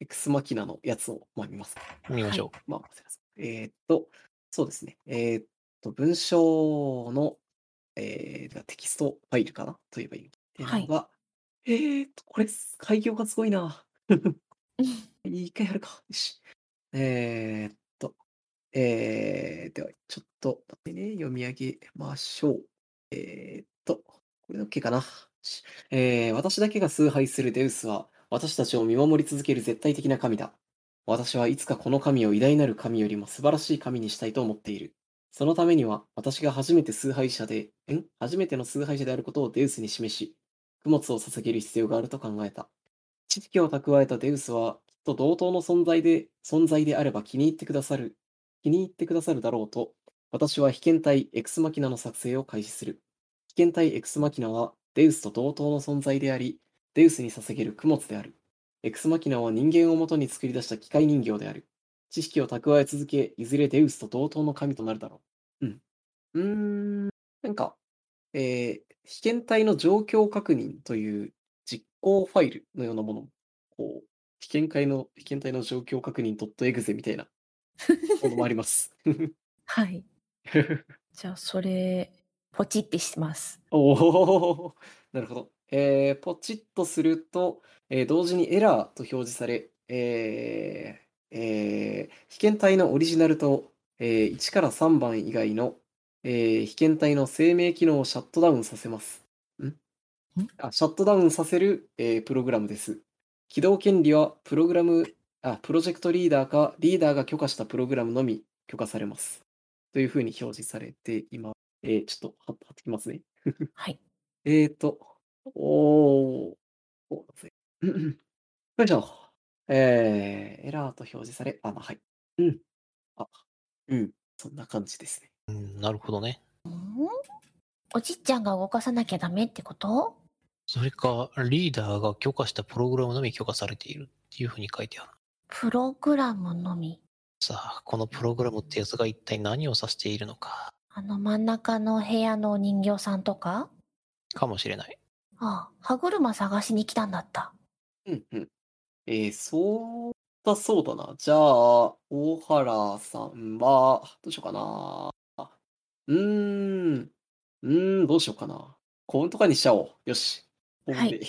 Speaker 1: エクスマキナのやつを、まあ、見ます。
Speaker 2: 見ましょ
Speaker 1: まあ、忘れなさいえーっと、そうですね。えーっと、文章の、えー、テキストファイルかなといえばいいのかっていうのが、えーっと、これ、開業がすごいな。一回やるか。よし。えーっと、えー、では、ちょっと、待ってね、読み上げましょう。えーっと、これだけかな。よしえー私だけが崇拝するデウスは、私たちを見守り続ける絶対的な神だ。私はいつかこの神を偉大なる神よりも素晴らしい神にしたいと思っている。そのためには、私が初めて崇拝者で、ん初めての崇拝者であることをデウスに示し、供物を捧げる必要があると考えた。知識を蓄えたデウスは、きっと同等の存在で、存在であれば気に入ってくださる、気に入ってくださるだろうと、私は被験体エクスマキナの作成を開始する。被験体エクスマキナは、デウスと同等の存在であり、デウスに捧げる供物である。エクスマキナは人間をもとに作り出した機械人形である。知識を蓄え続け、いずれデウスと同等の神となるだろう。うん。うーん、なんか、えー被験体の状況確認という実行ファイルのようなものも、こう、被験体の、被験体の状況確認 .exe みたいなものもあります。
Speaker 3: はい。じゃあ、それ、ポチってします。
Speaker 1: おお、なるほど。えーポチッとすると、えー同時にエラーと表示され、えーえー被験体のオリジナルと、えー1から3番以外の、えー被験体の生命機能をシャットダウンさせます。んあ、シャットダウンさせる、えープログラムです。起動権利はプログラム、あ、プロジェクトリーダーかリーダーが許可したプログラムのみ許可されます。というふうに表示されています。えーちょっと貼っ貼ってきますね。
Speaker 3: はい。
Speaker 1: えーと、おー、お、すいうんうんよいしょ。えー、エラーと表示され、あ、まあはい。うん。あ、うん。そんな感じですね。
Speaker 2: う。うん、なるほどね。
Speaker 3: うんおじいちゃんが動かさなきゃダメってこと
Speaker 2: それか、リーダーが許可したプログラムのみ許可されているっていうふうに書いてある。
Speaker 3: プログラムのみ。
Speaker 2: さあ、このプログラムってやつが一体何を指しているのか、
Speaker 3: あの真ん中の部屋のお人形さんとか
Speaker 2: かもしれない。
Speaker 3: ああ、歯車探しに来たんだ った。
Speaker 1: うんうん。えー、そうだそうだな。じゃあ、大原さんは、どうしようかな。うーん、うーん、どうしようかな。幸運とかにしちゃおう。よし。幸運
Speaker 3: はい
Speaker 1: でい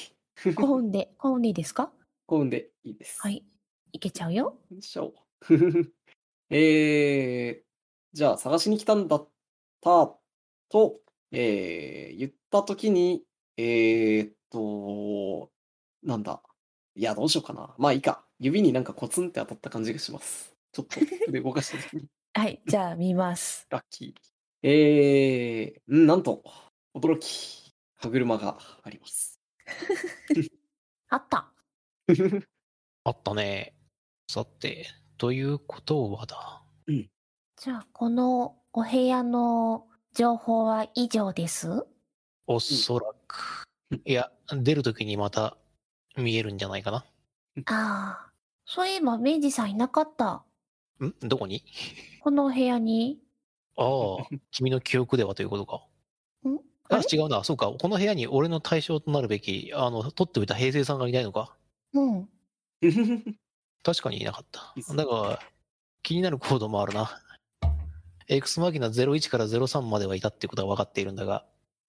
Speaker 1: い。
Speaker 3: コーンで、コーンでいいですか
Speaker 1: 幸運でいいです。
Speaker 3: はい。いけちゃうよ。
Speaker 1: よいしょ。 えー、じゃあ探しに来たんだったと、えー、言ったときに、えーっと、なんだ。いや、どうしようかな。まあいいか。指になんかコツンって当たった感じがします。ちょっと腕動かした時に。
Speaker 3: はい、じゃあ見ます。
Speaker 1: ラッキー。えー、んなんと、驚き、歯車があります。
Speaker 3: あった。
Speaker 2: あったね。さて、ということはだ。
Speaker 3: じゃあ、このお部屋の情報は以上です。
Speaker 2: おそらく。いや、出るときにまた見えるんじゃないかな。
Speaker 3: ああ、そういえば明治さんいなかった。
Speaker 2: んどこに
Speaker 3: このお部屋に。
Speaker 2: ああ、君の記憶ではということか。
Speaker 3: ん
Speaker 2: あ
Speaker 3: あれ
Speaker 2: 違うな。そうか。この部屋に俺の対象となるべき、あの、取っておいた平成さんがいないのか。
Speaker 3: うん。
Speaker 2: 確かにいなかった
Speaker 1: いいっ。すね
Speaker 2: だが、気になるコードもあるな。エクスマギナ01から03まではいたってことは分かっているんだが、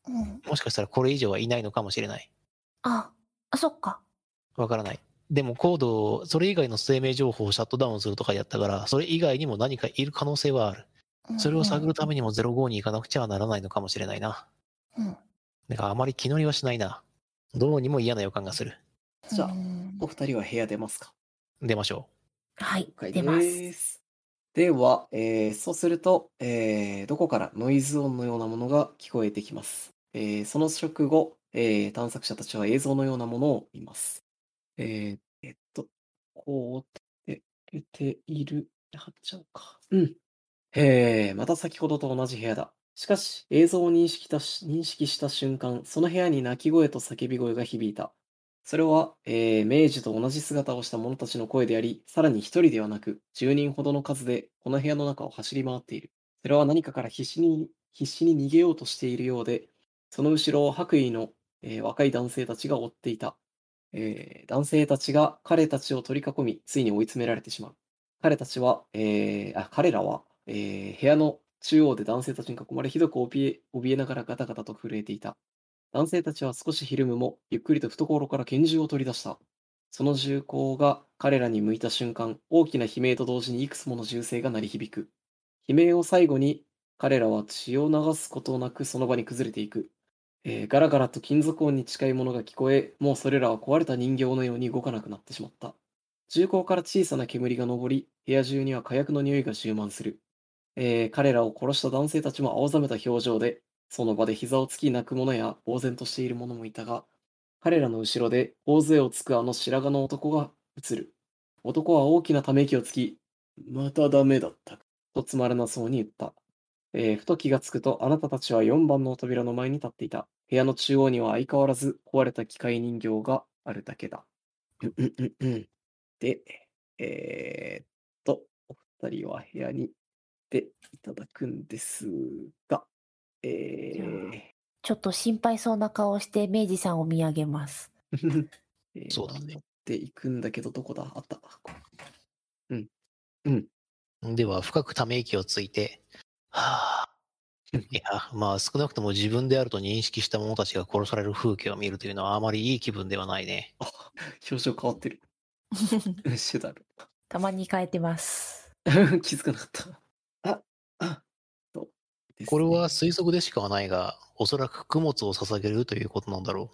Speaker 3: うん。
Speaker 2: もしかしたらこれ以上はいないのかもしれない。
Speaker 3: あ、あそっか。
Speaker 2: わからない。でもコードを、それ以外の生命情報をシャットダウンするとかやったから、それ以外にも何かいる可能性はある。
Speaker 3: うん
Speaker 2: それを探るた
Speaker 3: め。
Speaker 2: めにも05に行かなくちゃならないのかもしれないな。
Speaker 3: うん。
Speaker 2: だからあまり気乗りはしないな。どうにも嫌な予感がする。
Speaker 1: じゃあ
Speaker 3: う、ん
Speaker 1: お二人は部屋出ますか
Speaker 2: 出ましょ
Speaker 3: はい
Speaker 1: 了解、
Speaker 3: 出ます。
Speaker 1: です。では、えーそうすると、えーどこからノイズ音のようなものが聞こえてきます。えーその直後、えー探索者たちは映像のようなものを見ます。えーえっと、こう、出ている、貼っちゃおうか。うん。へえ、また先ほどと同じ部屋だ。しかし、映像を認識したし認識した瞬間、その部屋に泣き声と叫び声が響いた。それは、えー明治と同じ姿をした者たちの声であり、さらに一人ではなく、10人ほどの数で、この部屋の中を走り回っている。それは何かから必死に、必死に逃げようとしているようで、その後ろを白衣の、えー若い男性たちが追っていた、えー男性たちが彼たちを取り囲み、ついに追い詰められてしまう。彼たちは、えーあ彼らは、えー部屋の中央で男性たちに囲まれ、ひどく怯え怯えながらガタガタと震えていた。男性たちは少しひるむも、ゆっくりと懐から拳銃を取り出した。その銃口が彼らに向いた瞬間、大きな悲鳴と同時にいくつもの銃声が鳴り響く。悲鳴を最後に、彼らは血を流すことなくその場に崩れていく。えーガラガラと金属音に近いものが聞こえ、もうそれらは壊れた人形のように動かなくなってしまった。銃口から小さな煙が上り、部屋中には火薬の匂いが充満する。えー彼らを殺した男性たちも青ざめた表情で、その場で膝をつき泣く者や呆然としている者もいたが、彼らの後ろで大勢をつくあの白髪の男が映る。男は大きなため息をつき、またダメだったか。とつまらなそうに言った。えーふと気がつくと、あなたたちは4番の扉の前に立っていた。部屋の中央には相変わらず壊れた機械人形があるだけだ。うんうんうんうんで、えーっと、お二人は部屋に出ていただくんですが、え
Speaker 3: じゃ
Speaker 1: ー、
Speaker 3: ちょっと心配そうな顔をして明治さんを見上げ ます。
Speaker 1: えー
Speaker 2: そうだね
Speaker 1: 守っていくんだけど、どこだあった。 こ
Speaker 2: う。では、深くため息をついて、はあ。いや、まあ少なくとも自分であると認識した者たちが殺される風景を見るというのはあまりいい気分ではないね。
Speaker 1: 表情変わってる。 シュダル。
Speaker 3: たまに変えてます。
Speaker 1: 気づかなかった。あ、あ、そうですね
Speaker 2: これは推測でしかはないが、おそらく供物を捧げるということなんだろ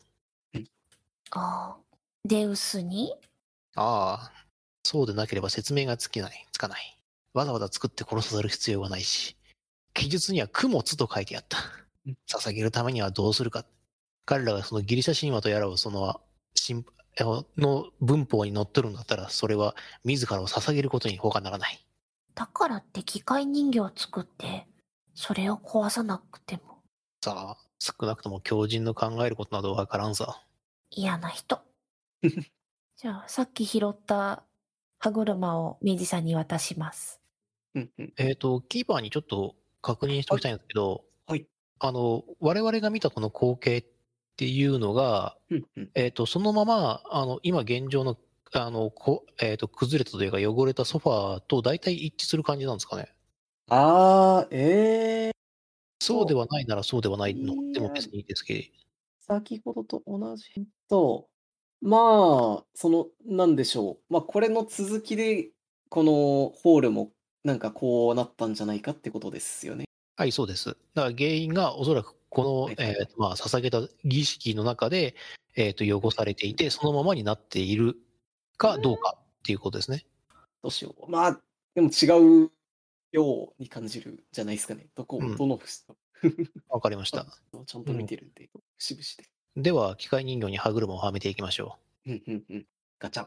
Speaker 3: ああ。デウスに
Speaker 2: う。ああ、そうでなければ説明がつきない、つかない。わざわざ作って殺させる必要はないし、記述には供物と書いてあった
Speaker 1: うん。
Speaker 2: 捧げるためにはどうするか。彼らがそのギリシャ神話とやらをその、神の文法にのっとるんだったら、それは自らを捧げることに他ならない。
Speaker 3: だからって機械人形を作って、それを壊さなくても
Speaker 2: さあ、少なくとも狂人の考えることなどわからんさ。
Speaker 3: 嫌 な人。じゃあ、さっき拾った歯車を明治さんに渡します。
Speaker 1: うんうん
Speaker 2: えっ、と、キーパーにちょっと確認しておきたいんですけど、
Speaker 1: はい。
Speaker 2: あの、我々が見たこの光景っていうのが、
Speaker 1: うんうん
Speaker 2: えっ、と、そのまま、あの、今現状の、あの、こえっ、と、崩れたというか汚れたソファーと大体一致する感じなんですかね。
Speaker 1: あー、えー、
Speaker 2: そうではないならそうではないの
Speaker 1: いや
Speaker 2: でも別にいいですけ
Speaker 1: 先ほどと同じと、まあ、その、なんでしょう。まあ、これの続きで、このホールも、なんかこうなったんじゃないかってことですよね。
Speaker 2: はい、そうです。だから原因がおそらくこ
Speaker 1: はい
Speaker 2: の、えーとまあ、捧げた儀式の中で、えーと、汚されていて、そのままになっているかどうかっていうことですね。
Speaker 1: どうしよう。まあ、でも違うように感じるじゃないですかね。どこ、
Speaker 2: うん
Speaker 1: どの節
Speaker 2: わかりました。
Speaker 1: をちゃんと見てるんで、節々で。
Speaker 2: では、機械人形に歯車をはめていきましょ
Speaker 1: うんうんうん。ガチャン、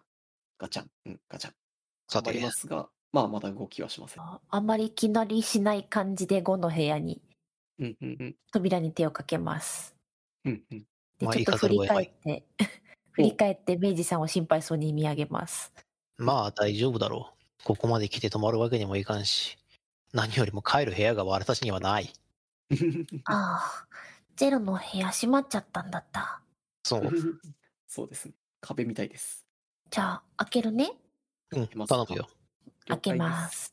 Speaker 1: ガチャン、うん、ガチャン。
Speaker 2: う。さ
Speaker 1: あり
Speaker 2: て
Speaker 1: ま、すが、まあまだ動きはしません。
Speaker 3: ああんまり気乗りしない感じで5の部屋に
Speaker 1: うんうんうん。
Speaker 3: 扉に手をかけます。
Speaker 1: うんうん。
Speaker 3: で
Speaker 2: まあ
Speaker 3: ちょっと振
Speaker 2: いい
Speaker 3: り
Speaker 2: かと思
Speaker 3: 返
Speaker 2: え
Speaker 3: って、 振り返って明治さんを心配そうに見上げます。
Speaker 2: まあ大丈夫だろう。ここまで来て泊まるわけにもいかんし、何よりも帰る部屋が私にはない。
Speaker 3: ああ、ゼロの部屋閉まっちゃったんだった。
Speaker 2: そう。
Speaker 1: そうですね。壁みたいです。
Speaker 3: じゃあ開けるね。
Speaker 2: うん、
Speaker 1: けます
Speaker 2: 頼むよ。
Speaker 3: 開けます。